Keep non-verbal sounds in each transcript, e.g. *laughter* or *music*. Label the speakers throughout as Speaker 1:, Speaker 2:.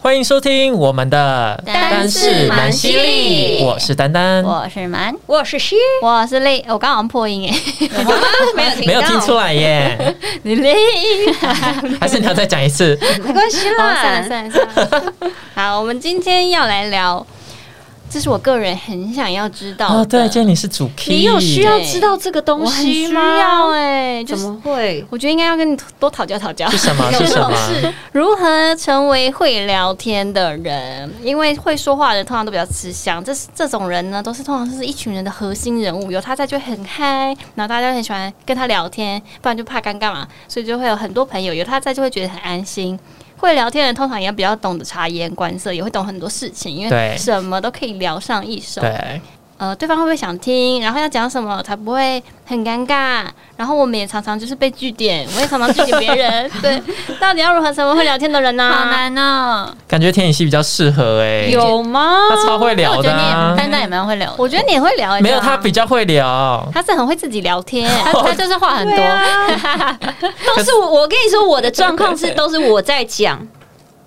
Speaker 1: 欢迎收听我们的
Speaker 2: 丹氏蛮犀利
Speaker 1: 我是丹丹，
Speaker 2: 我是蛮，
Speaker 3: 我是诗，
Speaker 2: 我是丽，我刚好像破音耶，
Speaker 3: 没有听
Speaker 1: 没有听出来耶，
Speaker 2: 你丽，
Speaker 1: 还是你要再讲一次？
Speaker 2: *laughs*
Speaker 3: 没关系
Speaker 2: 好，哦算了
Speaker 3: 啦。
Speaker 2: 算了算了，
Speaker 3: 好，我们今天要来聊，
Speaker 2: 这是我个人很想要知道的
Speaker 1: 哦，对，今天你是主 key，
Speaker 3: 你有需要
Speaker 2: 对
Speaker 3: 知道这个东
Speaker 2: 我很
Speaker 3: 西
Speaker 2: 需
Speaker 3: 吗？
Speaker 2: 要哎，就
Speaker 3: 怎
Speaker 2: 是
Speaker 3: 么会？
Speaker 2: 我觉得应该要跟你多讨教讨教
Speaker 1: 是，什么？是什么？
Speaker 2: 如何成为会聊天的人？因为会说话的人通常都比较吃香，这这种人呢，都是通常是一群人的核心人物，有他在就会很嗨，然后大家就很喜欢跟他聊天，不然就怕尴尬嘛，所以就会有很多朋友，有他在就会觉得很安心。会聊天的人通常也比较懂得察言观色，也会懂很多事情，因
Speaker 1: 对
Speaker 2: 为什么都可以聊上一手。
Speaker 1: 对，
Speaker 2: 呃，对方会不会想听，然后要讲什么才不会很尴尬？然后我们也常常就是被据点，我也常常据点别 *laughs* 人。对，到底要如何成为会聊天的人呢、
Speaker 3: 好难哦，
Speaker 1: 感觉天宇系比较适合哎，
Speaker 3: 有吗
Speaker 1: 他？超会聊
Speaker 3: 我
Speaker 1: 的
Speaker 3: 觉得你也
Speaker 1: 啊，
Speaker 3: 丹丹也蛮会聊的，
Speaker 2: 我觉得你也会聊、欸，
Speaker 1: 没有
Speaker 2: 知道
Speaker 1: 他
Speaker 2: 吗
Speaker 1: 比较会聊，
Speaker 2: 他是很会自己聊 *laughs* 天。
Speaker 3: 他他就是话很对啊多，
Speaker 1: 可
Speaker 3: *laughs* 都
Speaker 1: 是
Speaker 3: 是我。我跟你说，我的状况是都是我在讲，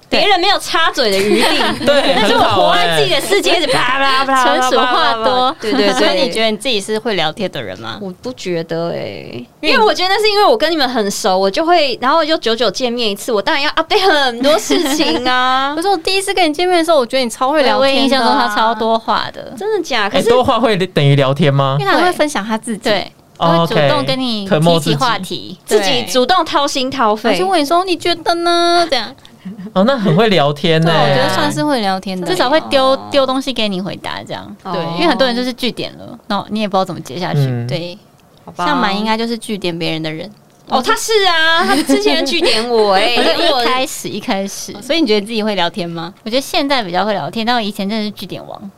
Speaker 3: 别人没有插嘴的余 *laughs* 地。
Speaker 1: 对，
Speaker 3: 但是
Speaker 1: 很
Speaker 3: 我
Speaker 1: 好
Speaker 3: 活在自己
Speaker 1: 哎，
Speaker 3: 的世界，一直啪啦啪啦，
Speaker 2: 纯属话多，
Speaker 3: *laughs* 对对对，
Speaker 2: 所以你觉得你自己是会聊天的人吗？
Speaker 3: 我不觉得哎、因为我觉得那是因为我跟你们很熟，我就会，然后就久久见面一次，我当然要 update 很多事情 *laughs* 啊
Speaker 2: 不。是我第一次跟你见面的时候，啊我觉得你超会聊天、
Speaker 3: 我也印象中他超，多话的，真的假？可
Speaker 1: 哎，
Speaker 3: 是
Speaker 1: 多话会等于聊天吗
Speaker 2: *laughs* 因？为他会分享他自己。对，
Speaker 1: 哦
Speaker 3: 他会主
Speaker 1: OK，
Speaker 3: 动跟你
Speaker 1: 推摸
Speaker 3: 提
Speaker 1: 自
Speaker 3: 起
Speaker 1: 己
Speaker 3: 话题，
Speaker 2: 对
Speaker 3: 自己主动掏心掏
Speaker 2: 我
Speaker 3: 肺
Speaker 2: 就，问你说你觉得呢？这样，
Speaker 1: 哦，那很会聊天呢，
Speaker 2: 对，我觉得算是会聊天的，
Speaker 4: 至少会丢
Speaker 1: 哦
Speaker 4: 丢东西给你回答这样。
Speaker 3: 哦
Speaker 4: 对，因为很多人就是据点了，那你也不知道怎么接下去。
Speaker 1: 嗯，
Speaker 2: 对。
Speaker 3: 好吧
Speaker 2: 像蛮应该就是据点别人的人，
Speaker 3: 哦，他是啊，他之前据点我
Speaker 4: *laughs*
Speaker 3: 哎、
Speaker 4: 我
Speaker 3: 因为
Speaker 4: 就
Speaker 3: 我
Speaker 4: 一开始一开始，
Speaker 2: 哦所以你觉得自己会聊天吗？
Speaker 4: 我觉得现在比较会聊天，但我以前真的是据点王。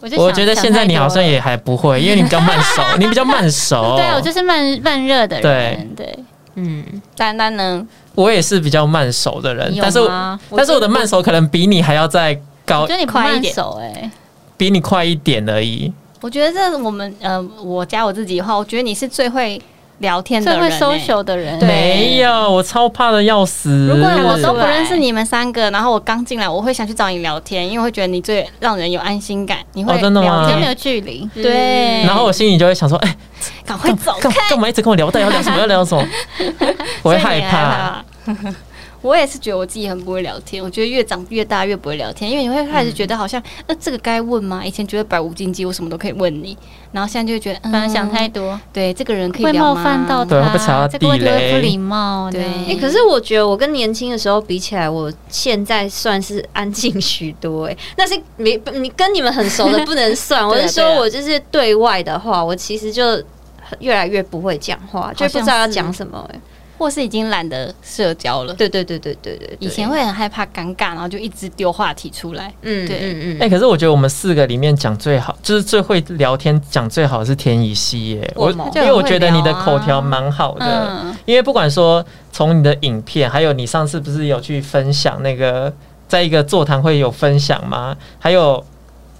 Speaker 4: 我就想
Speaker 1: 我觉得现在你好像也还不会，因为你比较慢熟，你比较慢熟。
Speaker 4: 想太多了对啊，我就是慢慢热的人。对，
Speaker 3: 嗯，
Speaker 2: 丹丹呢？
Speaker 1: 我也是比较慢熟的人
Speaker 4: 你，有
Speaker 1: 但是
Speaker 4: 吗
Speaker 1: 但是我的慢熟可能比你还要再
Speaker 4: 我
Speaker 1: 高
Speaker 4: 觉，得你不
Speaker 2: 快一
Speaker 4: 慢
Speaker 2: 点
Speaker 4: 手哎，
Speaker 1: 比你快一点而已。
Speaker 2: 我觉得这我们呃，我加我自己的话，我觉得你是最会聊天的
Speaker 4: 最
Speaker 2: 人、
Speaker 4: 会
Speaker 2: 欸
Speaker 4: social 的人。
Speaker 1: 没有，我超怕的要死。
Speaker 2: 如果我都不
Speaker 4: 对
Speaker 2: 认识你们三个，然后我刚进来，我会想去找你聊天，因为我会觉得你最让人有安心感。你会
Speaker 1: 哦真的吗
Speaker 2: 聊
Speaker 4: 比较
Speaker 2: 天
Speaker 4: 没有距离。
Speaker 2: 对，
Speaker 1: 然后我心里就会想说，哎，
Speaker 2: 赶快走
Speaker 1: 干
Speaker 2: 开，
Speaker 1: 干嘛一直跟我聊？到底要聊什么？要聊什么？ *laughs* 我会
Speaker 2: 所以
Speaker 1: 害
Speaker 2: 你
Speaker 1: 怕。
Speaker 2: 怕。 *laughs* 我也是觉得我自己很不会聊天，我觉得越长越大越不会聊天，因为你会开始觉得好像，那、这个该问吗？以前觉得百无禁忌，我什么都可以问你，然后现在就会觉得，嗯，
Speaker 4: 反正想太多，
Speaker 2: 对，这个人可以
Speaker 4: 会
Speaker 2: 聊
Speaker 4: 冒
Speaker 2: 吗
Speaker 4: 犯到
Speaker 1: 对会不会踩到
Speaker 4: 他，这个问题
Speaker 1: 地
Speaker 4: 会不
Speaker 1: 雷
Speaker 4: 礼貌。
Speaker 2: 对
Speaker 3: 哎、可是我觉得我跟年轻的时候比起来，我现在算是安静许多、哎， *laughs* 那是没你跟你们很熟的不能
Speaker 4: *laughs*
Speaker 3: 算。我
Speaker 2: 对啊
Speaker 3: 是说
Speaker 2: 对啊
Speaker 3: 我就是对外的话，我其实就越来越不会讲话，就不知道要讲什么、哎，
Speaker 2: 或是已经懒得社交了。
Speaker 3: 对对对对对对对
Speaker 2: 以前，会很害怕尴尬，然后就一直丢话题出来。
Speaker 3: 嗯
Speaker 2: 对
Speaker 3: 嗯
Speaker 1: 哎，可是我觉得我们四个里面讲最好，就是最会聊天讲最好的是田以希耶。我
Speaker 3: 为什么
Speaker 1: 因为我觉得你的口条蛮好的，
Speaker 4: 嗯，
Speaker 1: 因为不管说从你的影片，还有你上次不是有去分享那个，在一个座谈会有分享吗？还有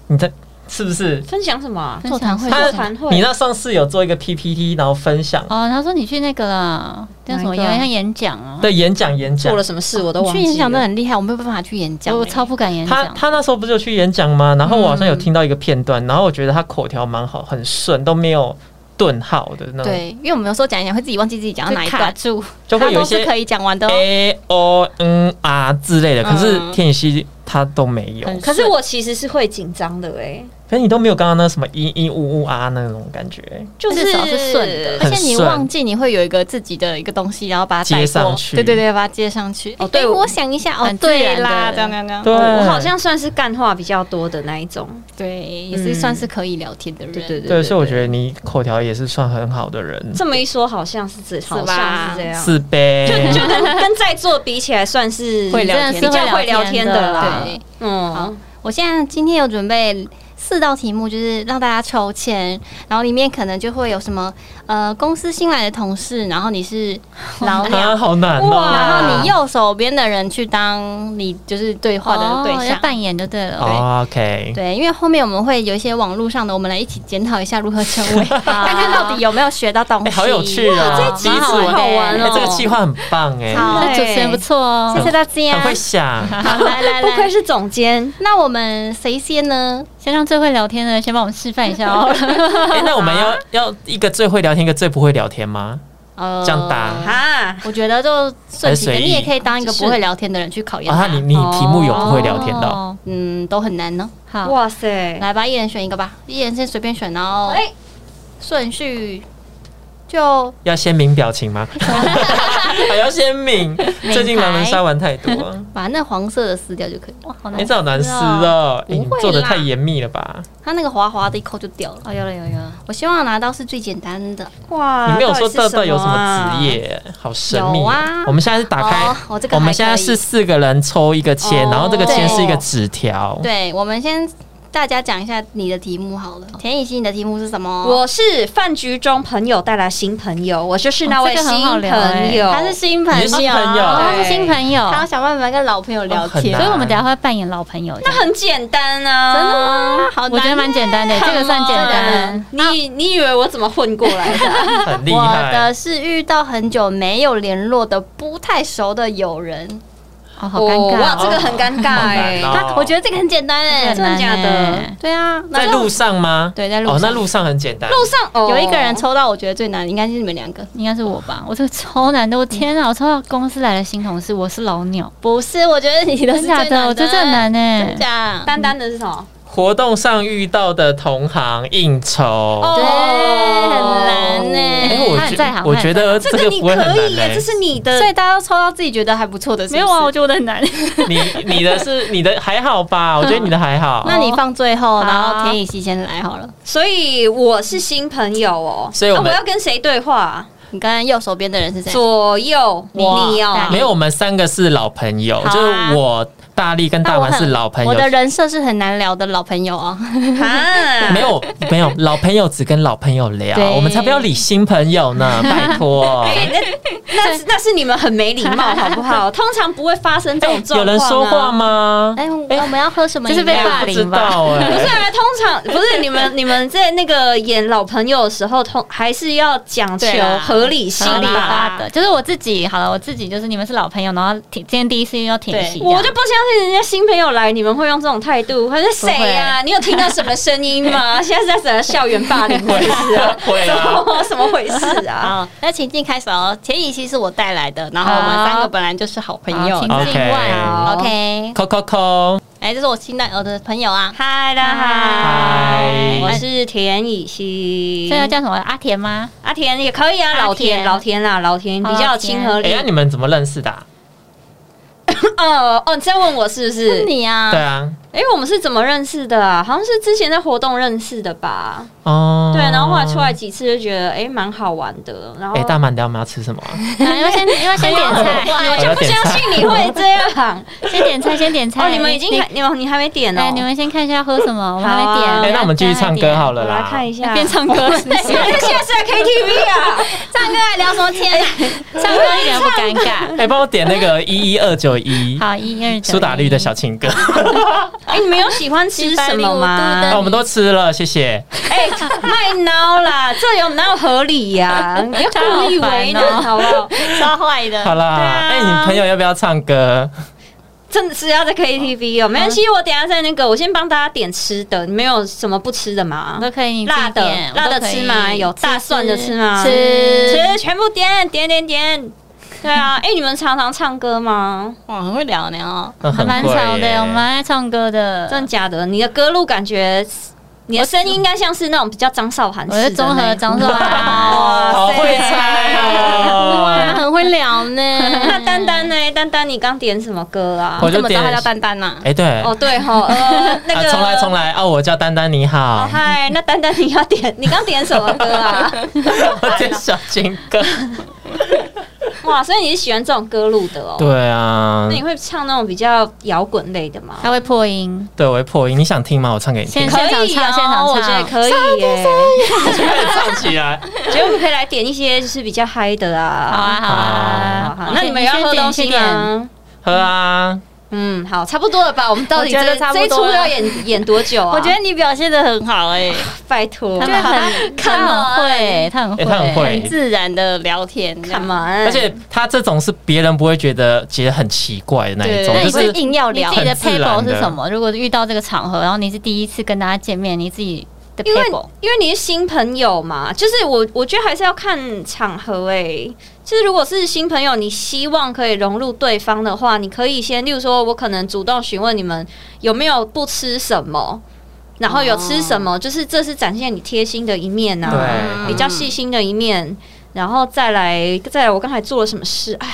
Speaker 1: 你在是不是？
Speaker 3: 分享什么、啊？
Speaker 4: 分享会
Speaker 1: 他
Speaker 3: 座谈会
Speaker 1: 你那上次有做一个 PPT，然后分享
Speaker 4: 哦，他说你去那个啦，叫什
Speaker 3: 哪
Speaker 4: 么？
Speaker 3: 一个
Speaker 4: 有像演讲啊。
Speaker 1: 对演讲演讲
Speaker 3: 做了，什么事我都
Speaker 2: 你
Speaker 3: 忘
Speaker 2: 去
Speaker 3: 记
Speaker 2: 演讲真的
Speaker 3: 了。
Speaker 2: 很厉害，我没有办法去演讲、
Speaker 4: 我
Speaker 2: 欸
Speaker 4: 超不敢演
Speaker 1: 他
Speaker 4: 讲。
Speaker 1: 他那时候不是有去演讲吗？然后我好像有听到一个片段，然后我觉得他口条蛮好，很顺，都没有顿号的那种，
Speaker 2: 对，因为我们有时候讲一讲会自己忘记自己讲到
Speaker 4: 就
Speaker 2: 哪一
Speaker 4: 卡
Speaker 2: 段，
Speaker 4: 住，
Speaker 1: 嗯就会有一
Speaker 2: 它都是
Speaker 1: 些哎
Speaker 2: 可以讲完的、哦。
Speaker 1: A O N R 之类的。可是
Speaker 2: 嗯
Speaker 1: 天野希他都没有，
Speaker 2: 很
Speaker 3: 可是我其实是会紧张的、哎，
Speaker 1: 可是你都没有刚刚那什么一一五五啊那种感觉。
Speaker 3: 就是
Speaker 4: 至少是顺的
Speaker 1: 很
Speaker 2: 而且你
Speaker 1: 顺
Speaker 2: 忘记你会有一个自己的一个东西，然后把它带
Speaker 1: 接
Speaker 2: 过
Speaker 1: 上去
Speaker 2: 对对对，把它接上去。
Speaker 3: 哦对
Speaker 2: 诶
Speaker 3: 我
Speaker 2: 我想一下，哦，
Speaker 4: 很自
Speaker 2: 对
Speaker 4: 然的
Speaker 2: 啦，这样这样这样，
Speaker 1: 对，
Speaker 3: 我好像算是干话比较多的那一种。
Speaker 2: 对，也是
Speaker 1: 嗯
Speaker 2: 算是可以聊天的人。
Speaker 3: 对对对
Speaker 1: 对，所以我觉得你口条也是算很好的人，
Speaker 3: 这么一说，好像是这，
Speaker 2: 吧
Speaker 3: 好像是这样。
Speaker 1: 是呗？
Speaker 3: 就就跟跟在座比起来，算是
Speaker 2: 会聊天
Speaker 3: 比较会聊天的啦。
Speaker 2: 对，
Speaker 3: 嗯，
Speaker 2: 好，我现在今天有准备四道题目，就是让大家抽签，然后里面可能就会有什么呃公司新来的同事，然后你是 *laughs* 老鸟，
Speaker 1: 啊，好难
Speaker 2: 然
Speaker 1: 哦。
Speaker 2: 后你右手边的人去当你就是对话的对
Speaker 4: 哦
Speaker 2: 象
Speaker 4: 要。扮演就对了。
Speaker 1: 哦 OK，
Speaker 2: 对，因为后面我们会有一些网络上的，我们来一起检讨一下如何成为， *laughs* 看看到底有没有学到东
Speaker 1: 哎，
Speaker 2: 西。
Speaker 1: 好有趣啊！
Speaker 2: 这一
Speaker 1: 第
Speaker 2: 集
Speaker 1: 一次
Speaker 2: 好
Speaker 1: 玩
Speaker 2: 好玩
Speaker 1: 哎
Speaker 2: 哦
Speaker 1: 这个计划很棒哎，
Speaker 2: 好
Speaker 4: 那主持人不错哦
Speaker 2: 谢，谢大家。
Speaker 1: 很会想。
Speaker 2: 好，来来
Speaker 3: 不愧
Speaker 2: 来，
Speaker 3: 是总监，
Speaker 2: 那我们谁先呢？
Speaker 4: 先让最会聊天的先帮我们示范一
Speaker 2: *laughs*
Speaker 4: 下哦。
Speaker 1: 哎，那我们要要一个最会聊天，一个最不会聊天吗？
Speaker 2: 呃
Speaker 1: 这样打
Speaker 3: 哈，
Speaker 2: 我觉得就顺其的，
Speaker 1: 还随意
Speaker 2: 你也可以当一个不会聊天的人去考验
Speaker 1: 啊，
Speaker 2: 哦他。
Speaker 1: 你你题目有不会聊天的哦，
Speaker 4: *laughs* 哦
Speaker 2: 嗯，都很难呢。
Speaker 4: 好，
Speaker 3: 哇塞，
Speaker 2: 来吧，一人选一个吧，一人先随便选，然后
Speaker 3: 哎，
Speaker 2: 顺序就
Speaker 1: 要鲜明表情吗？还要鲜明。
Speaker 4: 明
Speaker 1: 最近狼人
Speaker 4: 白
Speaker 1: 杀玩太多。
Speaker 2: 把那黄色的撕掉就可以。
Speaker 4: 哇，好
Speaker 1: 哎、
Speaker 4: 难
Speaker 1: 这好难撕哦！哎，你做的太严密了吧？
Speaker 2: 它那个滑滑的一扣就掉了。
Speaker 4: 哦，有了有了有了，
Speaker 2: 我希望拿到是最简单的。
Speaker 3: 哇，
Speaker 1: 你没有说这
Speaker 3: 啊
Speaker 1: 到
Speaker 3: 到底
Speaker 1: 底
Speaker 3: 是
Speaker 1: 有
Speaker 3: 什
Speaker 1: 什
Speaker 3: 么
Speaker 1: 么
Speaker 3: 啊
Speaker 1: 职？业，好神秘哦。
Speaker 2: 有啊
Speaker 1: 我们现在是打开，
Speaker 2: 哦我这个
Speaker 1: 我
Speaker 2: 还可以
Speaker 1: 们现在是四个人抽一个签，
Speaker 3: 哦
Speaker 1: 然后这个签
Speaker 2: 对
Speaker 1: 是一个纸条。
Speaker 4: 嗯
Speaker 2: 对，我们先大家讲一下你的题目好了。田以希，你的题目是什么？
Speaker 3: 我是饭局中朋友带来新朋友，我就是那
Speaker 4: 哦
Speaker 3: 位
Speaker 4: 这个
Speaker 3: 新
Speaker 4: 很好
Speaker 3: 朋
Speaker 4: 聊哎
Speaker 3: 友，
Speaker 2: 他是新朋
Speaker 1: 你
Speaker 2: 友，
Speaker 1: 是新朋友
Speaker 4: 哦，
Speaker 3: 对
Speaker 4: 是新朋友，
Speaker 2: 他要想办法跟老朋友聊
Speaker 1: 哦很
Speaker 2: 天，
Speaker 1: 难
Speaker 4: 所以我们等一下会扮演老朋友。
Speaker 3: 那很简单
Speaker 4: 哦
Speaker 2: 真的
Speaker 3: 啊，
Speaker 2: 吗？好难耶，
Speaker 4: 嗯我觉得蛮简
Speaker 2: *laughs*
Speaker 4: 单的，这个算简单。
Speaker 3: 你你以为我怎么混过来
Speaker 2: *laughs*
Speaker 3: 的？
Speaker 1: 很厉
Speaker 2: 我
Speaker 1: 害
Speaker 2: 的。是遇到很久没有联络的不太熟的友人，
Speaker 4: 哦，好尴
Speaker 3: 哦哇，
Speaker 4: 尬
Speaker 3: 这个很尴尬哎
Speaker 1: 好难哦，
Speaker 2: 他我觉得这个很简单哎
Speaker 4: 哦，
Speaker 3: 真，的假的
Speaker 4: 很难欸
Speaker 2: 对啊，
Speaker 1: 在
Speaker 2: 然后
Speaker 1: 路上吗？
Speaker 2: 对在路
Speaker 1: 哦，
Speaker 2: 上
Speaker 1: 那路上很简单。
Speaker 3: 路上哦
Speaker 2: 有一个人抽到，我觉得最难的应该是你们两个，
Speaker 4: 应该是我吧？我这个超难的，我天啊！我抽到公司来的新同事，我是老鸟，
Speaker 2: 不是？我觉得你的是
Speaker 4: 真
Speaker 2: 最
Speaker 4: 假
Speaker 2: 难
Speaker 4: 的？我这真的很难欸
Speaker 2: 真
Speaker 4: 呢。
Speaker 2: 假？
Speaker 3: 单单的是什么？
Speaker 1: 活动上遇到的同行应酬。
Speaker 3: 哦
Speaker 2: 对，很难呢、
Speaker 1: 哎、
Speaker 4: 欸
Speaker 1: 我
Speaker 4: 他很
Speaker 1: 觉
Speaker 4: 在行
Speaker 1: 我
Speaker 4: 他很
Speaker 1: 觉
Speaker 4: 在
Speaker 1: 得这
Speaker 3: 这个
Speaker 1: 个
Speaker 3: 你
Speaker 1: 不会很
Speaker 3: 可以
Speaker 1: 难欸
Speaker 3: 耶，
Speaker 1: 嘞、
Speaker 3: 这是你的
Speaker 2: 所以大家都抽到自己觉得还不错的，是不
Speaker 4: 没
Speaker 2: 是
Speaker 4: 有啊，我觉得我的很 *laughs* 难。
Speaker 1: 你你的是你的还好吧？我觉得你的还好。
Speaker 2: 那你放最后，
Speaker 4: 好
Speaker 2: 然后田以希先来好了。
Speaker 3: 所以我是新朋友哦，
Speaker 1: 所以我
Speaker 3: 啊
Speaker 1: 们
Speaker 3: 要跟谁对话？
Speaker 2: 你刚刚右手边的人是谁？
Speaker 3: 左右你
Speaker 2: 我
Speaker 3: 哦
Speaker 2: 大， *laughs*
Speaker 1: 没有，我们三个是老朋友，
Speaker 2: 好啊
Speaker 1: 就是我大力跟大丸
Speaker 2: 那我很
Speaker 1: 是老朋友
Speaker 2: 我，的人设是很难聊的老朋友啊。
Speaker 3: 啊
Speaker 1: 没。有没有，老朋友只跟老朋友聊
Speaker 2: 对，
Speaker 1: 我们才不要理新朋友
Speaker 3: *laughs*
Speaker 1: 呢，拜托。
Speaker 3: 哎那那是那是你们很没礼貌，好
Speaker 2: *laughs*
Speaker 3: 不好？通常不会发生这种
Speaker 1: 哎
Speaker 3: 状况、啊
Speaker 1: 有人说话？吗？
Speaker 2: 哎，我们要喝什么
Speaker 4: 这
Speaker 2: 饮
Speaker 4: 是
Speaker 2: 料？
Speaker 4: 被霸
Speaker 1: 不知
Speaker 4: 凌吧
Speaker 1: 道
Speaker 3: 不是
Speaker 1: 哎，
Speaker 3: 啊，通常不是你们，你们在那个演老朋友的时候，通还是要讲求
Speaker 2: 对啊
Speaker 3: 合理性
Speaker 4: 合理
Speaker 2: 吧
Speaker 3: 吧。
Speaker 4: 化的，啊就是我自己好了，我自己就是你们是老朋友，然后挺今天第一次遇到挺喜，
Speaker 3: 我就不相信人家新朋友来，你们会用这种态度。他是谁呀、你有听到什么声音吗？现在是在什么校园霸凌回事
Speaker 1: *laughs*
Speaker 3: 啊？
Speaker 1: 会啊，
Speaker 3: 什么回事啊？
Speaker 2: 好，那情境开始哦。田以希是我带来的，然后我
Speaker 4: 好
Speaker 2: 们三个本来就是好朋友
Speaker 4: 好。
Speaker 1: 好
Speaker 4: 请进外
Speaker 3: 好
Speaker 4: 啊。
Speaker 3: 好
Speaker 2: 哦 OK，
Speaker 1: 扣扣
Speaker 3: *laughs*
Speaker 1: 扣，
Speaker 2: 哎，这是我新来我的朋友啊。
Speaker 3: 嗨，大
Speaker 1: 嗨
Speaker 3: 家好，我是田以希
Speaker 4: 所以要叫什么阿
Speaker 3: *laughs*
Speaker 4: 田吗？
Speaker 3: 阿田也可以啊，
Speaker 4: 阿
Speaker 3: 老田
Speaker 4: 田
Speaker 3: 老田啦，老田
Speaker 4: 好
Speaker 3: 比较
Speaker 4: 老
Speaker 3: 有亲
Speaker 4: 田
Speaker 3: 和
Speaker 1: 哎
Speaker 3: 力
Speaker 1: 呀，。那你们怎么认识的啊？
Speaker 3: 哦哦，你在问我是不
Speaker 2: 是
Speaker 3: 是？
Speaker 2: 你啊
Speaker 1: 对？啊，
Speaker 3: 哎，我们是怎么认识的啊？好像是之前在活动认识的吧？
Speaker 1: 哦，
Speaker 3: 对，啊然后后来出来。几次就觉得哎，蛮好玩的。然后
Speaker 1: 哎，
Speaker 3: *laughs*
Speaker 1: 大满，你要我们要吃什么啊？
Speaker 4: 啊要先要先点菜，
Speaker 3: 我
Speaker 1: 我
Speaker 3: 就
Speaker 1: 要
Speaker 3: 不
Speaker 1: 点
Speaker 3: 相
Speaker 1: 菜
Speaker 3: 信
Speaker 2: *laughs*
Speaker 3: 你会这样。
Speaker 4: 先点菜，先点菜。
Speaker 3: 哦，你们已经还你们你还没点
Speaker 4: 哎，
Speaker 3: 哦？
Speaker 4: 你们先看一下要喝什么，我们还
Speaker 3: 好啊
Speaker 4: 没点。
Speaker 1: 哎，那我们继续唱歌好
Speaker 4: 了。
Speaker 1: 了
Speaker 3: 我来
Speaker 1: 啦。
Speaker 3: 看一下。
Speaker 4: 边唱歌是不是
Speaker 3: *laughs* 现在是在 KTV 啊？
Speaker 2: 唱歌还聊什么天啊？
Speaker 4: 唱歌一点都不尴尬。
Speaker 1: 哎，帮我点那个
Speaker 3: *laughs*
Speaker 1: 一一二九一，
Speaker 4: 好，一二九。
Speaker 1: 苏打绿的小情歌。
Speaker 3: 哎，你们有喜欢吃什么
Speaker 2: 155度
Speaker 3: 吗
Speaker 1: *laughs*
Speaker 2: 的？
Speaker 1: 啊，我们都吃了，谢谢。
Speaker 3: 哎，卖孬啦，这有哪有合理呀？ *laughs* 你不要故
Speaker 4: 哦
Speaker 3: 意为难，好不好？
Speaker 2: 超坏的。
Speaker 1: 好啦，
Speaker 3: 啊
Speaker 1: 哎、你朋友要不要唱歌？
Speaker 3: 真的是要在 KTV 哦，没关系，我等一下在那个，我先帮大家点吃的，你们有什么不吃的吗
Speaker 4: 我？都可以，你自己
Speaker 3: 辣的
Speaker 4: 点
Speaker 3: 辣的吃吗？有大蒜的吃？吗？
Speaker 4: 我都可以吃
Speaker 3: 吃，全部点点点点。对啊，哎，你们常常唱歌吗？
Speaker 2: 哇，很会聊呢哦。
Speaker 1: 嗯
Speaker 4: 还
Speaker 1: 很
Speaker 4: 蛮
Speaker 1: 贵
Speaker 4: 吵的，
Speaker 1: 耶
Speaker 4: 我们爱唱歌的，
Speaker 3: 真的假的？你的歌路感觉，你的声音应该像是那种比较张韶涵式
Speaker 4: 我
Speaker 3: 的那
Speaker 4: 是
Speaker 3: 一
Speaker 4: 综合啊张硕涵。
Speaker 3: 哇塞
Speaker 1: 好会猜
Speaker 2: 哇，
Speaker 1: 哦！
Speaker 2: 很会聊呢。
Speaker 3: 那丹丹呢？丹丹，你刚点什么歌啊
Speaker 1: 我？
Speaker 2: 你怎么知道
Speaker 1: 就点
Speaker 2: 他叫丹丹呐？
Speaker 1: 哎、对，
Speaker 3: 哦，对哈， *laughs* 呃，那
Speaker 1: 啊，
Speaker 3: 个
Speaker 1: 重来重来哦，我叫丹丹，你
Speaker 3: 哦
Speaker 1: 好，
Speaker 3: 嗨，那丹丹你
Speaker 1: *laughs*
Speaker 3: 要点，你刚点什么歌啊？
Speaker 1: 我叫小情歌。
Speaker 3: 哇，所以你是喜欢这种歌路的哦？
Speaker 1: 对啊
Speaker 3: 那，你会唱那种比较摇滚类的吗？
Speaker 4: 他会破音，
Speaker 1: 对我会破音，你想听吗？我唱给你听
Speaker 4: 现，
Speaker 3: 可以哦
Speaker 4: 现场唱现场唱
Speaker 3: 我觉得可以耶。
Speaker 1: 开始唱起来。
Speaker 3: 觉得我们可以来点一些就是比较嗨的啊。
Speaker 4: 好啊，好啊，
Speaker 3: 好好那你们要喝东西？吗？
Speaker 1: 喝啊，
Speaker 3: 嗯，好，差不多了吧？我们到底
Speaker 2: 我觉
Speaker 3: 这
Speaker 2: 得差不
Speaker 3: 这一
Speaker 2: 多
Speaker 3: 出
Speaker 2: 了
Speaker 3: 要演演多久啊？
Speaker 2: 我觉得你表现的很好哎、
Speaker 3: 拜托
Speaker 4: 他
Speaker 3: *laughs*
Speaker 4: 很他很会，他很
Speaker 1: 哎，他很
Speaker 4: 会，
Speaker 1: 会
Speaker 2: 很，自然的聊天这样，
Speaker 3: ，Come on！
Speaker 1: 而且他这种是别人不会觉得觉得很奇怪的那一种，
Speaker 2: 对，
Speaker 1: 就
Speaker 2: 你是
Speaker 1: 是
Speaker 2: 硬要
Speaker 4: 你
Speaker 2: 聊
Speaker 4: 自，己的
Speaker 1: 很自然
Speaker 4: paper
Speaker 1: 的
Speaker 4: 是什么？如果遇到这个场合，然后你是第一次跟大家见面，你自己的
Speaker 3: 因为
Speaker 4: paper 哦
Speaker 3: 因为你是新朋友嘛，就是我我觉得还是要看场合诶、就是如果是新朋友，你希望可以融入对方的话，你可以先，例如说，我可能主动询问你们有没有不吃什么，然后有吃什
Speaker 2: 哦
Speaker 3: 么，就是这是展现你贴心的一面呐、
Speaker 1: 对，
Speaker 3: 啊，比较细心的一面。然后再来，再来，我刚才做了什么事？哎，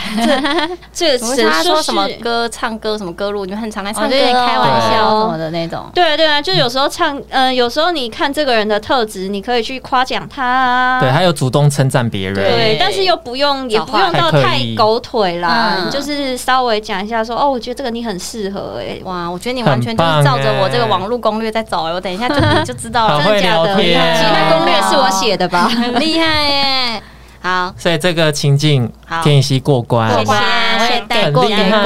Speaker 2: *laughs*
Speaker 3: 这
Speaker 2: 我
Speaker 3: 这
Speaker 2: 问他说
Speaker 3: 神说
Speaker 2: 什么
Speaker 3: 是
Speaker 2: 歌、唱歌什么歌路，你们很常来
Speaker 4: 哦，
Speaker 2: 唱
Speaker 4: 就
Speaker 2: 歌、
Speaker 4: 是
Speaker 2: 哦，
Speaker 4: 开玩
Speaker 1: 对
Speaker 4: 笑什么的那种。
Speaker 3: 对啊，对啊，就有时候唱，呃，有时候你看这个人的特质，你可以去夸奖他啊。
Speaker 1: 对，还有主动称赞别人，
Speaker 3: 对
Speaker 2: 对，
Speaker 3: 但是又不用，也
Speaker 2: 找
Speaker 3: 不
Speaker 2: 话
Speaker 3: 用到
Speaker 1: 还可
Speaker 3: 太
Speaker 1: 以
Speaker 3: 狗腿啦，
Speaker 2: 嗯
Speaker 3: 你就是稍微讲一下说，哦，我觉得这个你很适合、欸，
Speaker 2: 哇，我觉得你完全就是照着我这个网络攻略在走、欸，我等一下就你就知道
Speaker 1: 很
Speaker 2: 了，
Speaker 1: 会
Speaker 3: 真的假
Speaker 1: 聊
Speaker 3: 的？
Speaker 1: 天
Speaker 3: 其他攻略是我 *laughs* 写的吧？
Speaker 2: 很厉害耶、好，
Speaker 1: 所以这个情境
Speaker 2: 好，
Speaker 1: 天乙希过关，
Speaker 2: 过
Speaker 3: 谢
Speaker 2: 关，我也带过，
Speaker 1: 哎很厉害
Speaker 2: 给过，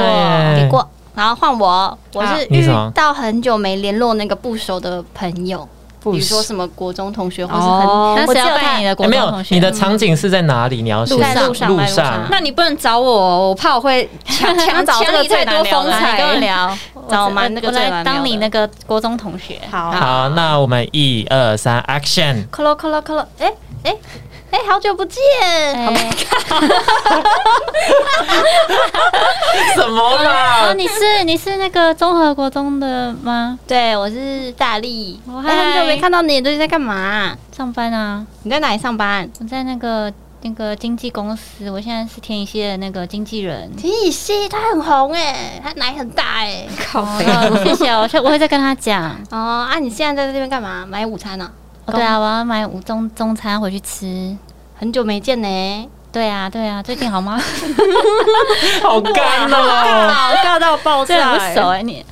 Speaker 1: 耶
Speaker 2: 给过。然后换我，我
Speaker 4: 好
Speaker 2: 是
Speaker 1: 你
Speaker 2: 遇
Speaker 1: 什么
Speaker 2: 到很久没联络那个不熟的朋友，比如说什么国中同学，或是很、
Speaker 3: 哦
Speaker 4: 那
Speaker 2: 我只
Speaker 4: 谁
Speaker 2: 有
Speaker 4: 要扮
Speaker 2: 他
Speaker 4: 演
Speaker 2: *laughs*
Speaker 4: 你的国
Speaker 1: 哎没
Speaker 4: 中
Speaker 1: 有
Speaker 4: 同，学？
Speaker 1: 你的场景是在哪里？你要
Speaker 2: 路
Speaker 1: 写
Speaker 2: 上路上
Speaker 1: 路
Speaker 2: 在
Speaker 1: 上
Speaker 2: 路上，
Speaker 3: 那你不能找我哦，我怕我会抢抢
Speaker 2: 找
Speaker 3: 抢
Speaker 2: 这个
Speaker 3: 你
Speaker 2: 最
Speaker 3: 太多
Speaker 2: 难聊
Speaker 3: 风
Speaker 2: 的
Speaker 4: 来
Speaker 3: 采
Speaker 4: 跟我
Speaker 3: 欸。
Speaker 4: 聊，
Speaker 2: *laughs* 找
Speaker 4: 我
Speaker 2: 蛮那个
Speaker 4: 我
Speaker 2: 最
Speaker 4: 来
Speaker 2: 难
Speaker 4: 当你
Speaker 2: 聊的
Speaker 4: 那个国中同学。
Speaker 3: 好，
Speaker 1: 好，那我们一二三，Action！
Speaker 2: 克咯克咯克咯，哎哎哎，好久不见，
Speaker 4: 哎
Speaker 1: 什么
Speaker 4: 哦，
Speaker 1: 啦？
Speaker 4: 你是你是那个综合国中的吗？
Speaker 2: 对我是大力，
Speaker 4: 我
Speaker 2: 我
Speaker 4: 嗨
Speaker 2: 很久没看到你，你最近在干嘛？
Speaker 4: 上班啊，
Speaker 2: 你在哪里上班？
Speaker 4: 我在那个那个经纪公司，我现在是天一系的那个经纪
Speaker 2: *laughs*
Speaker 4: 人。
Speaker 2: 田以希她很红哎，她奶很大哎。
Speaker 3: 靠
Speaker 4: 哦
Speaker 3: 北，
Speaker 1: *laughs*
Speaker 4: 谢谢哦，我会再跟他
Speaker 2: *laughs*
Speaker 4: 讲。
Speaker 2: 哦啊，你现在在这边干嘛？买午餐呢、
Speaker 4: 哦，对啊，我要买午中中餐回去吃。
Speaker 2: 很久没见呢，
Speaker 4: 对啊，对啊，最近好
Speaker 2: *laughs*
Speaker 4: 吗？
Speaker 1: *laughs* 好干哦！
Speaker 3: 好尬到爆
Speaker 4: 最近
Speaker 3: 炸
Speaker 4: 很不
Speaker 3: 欸，
Speaker 4: 熟哎，你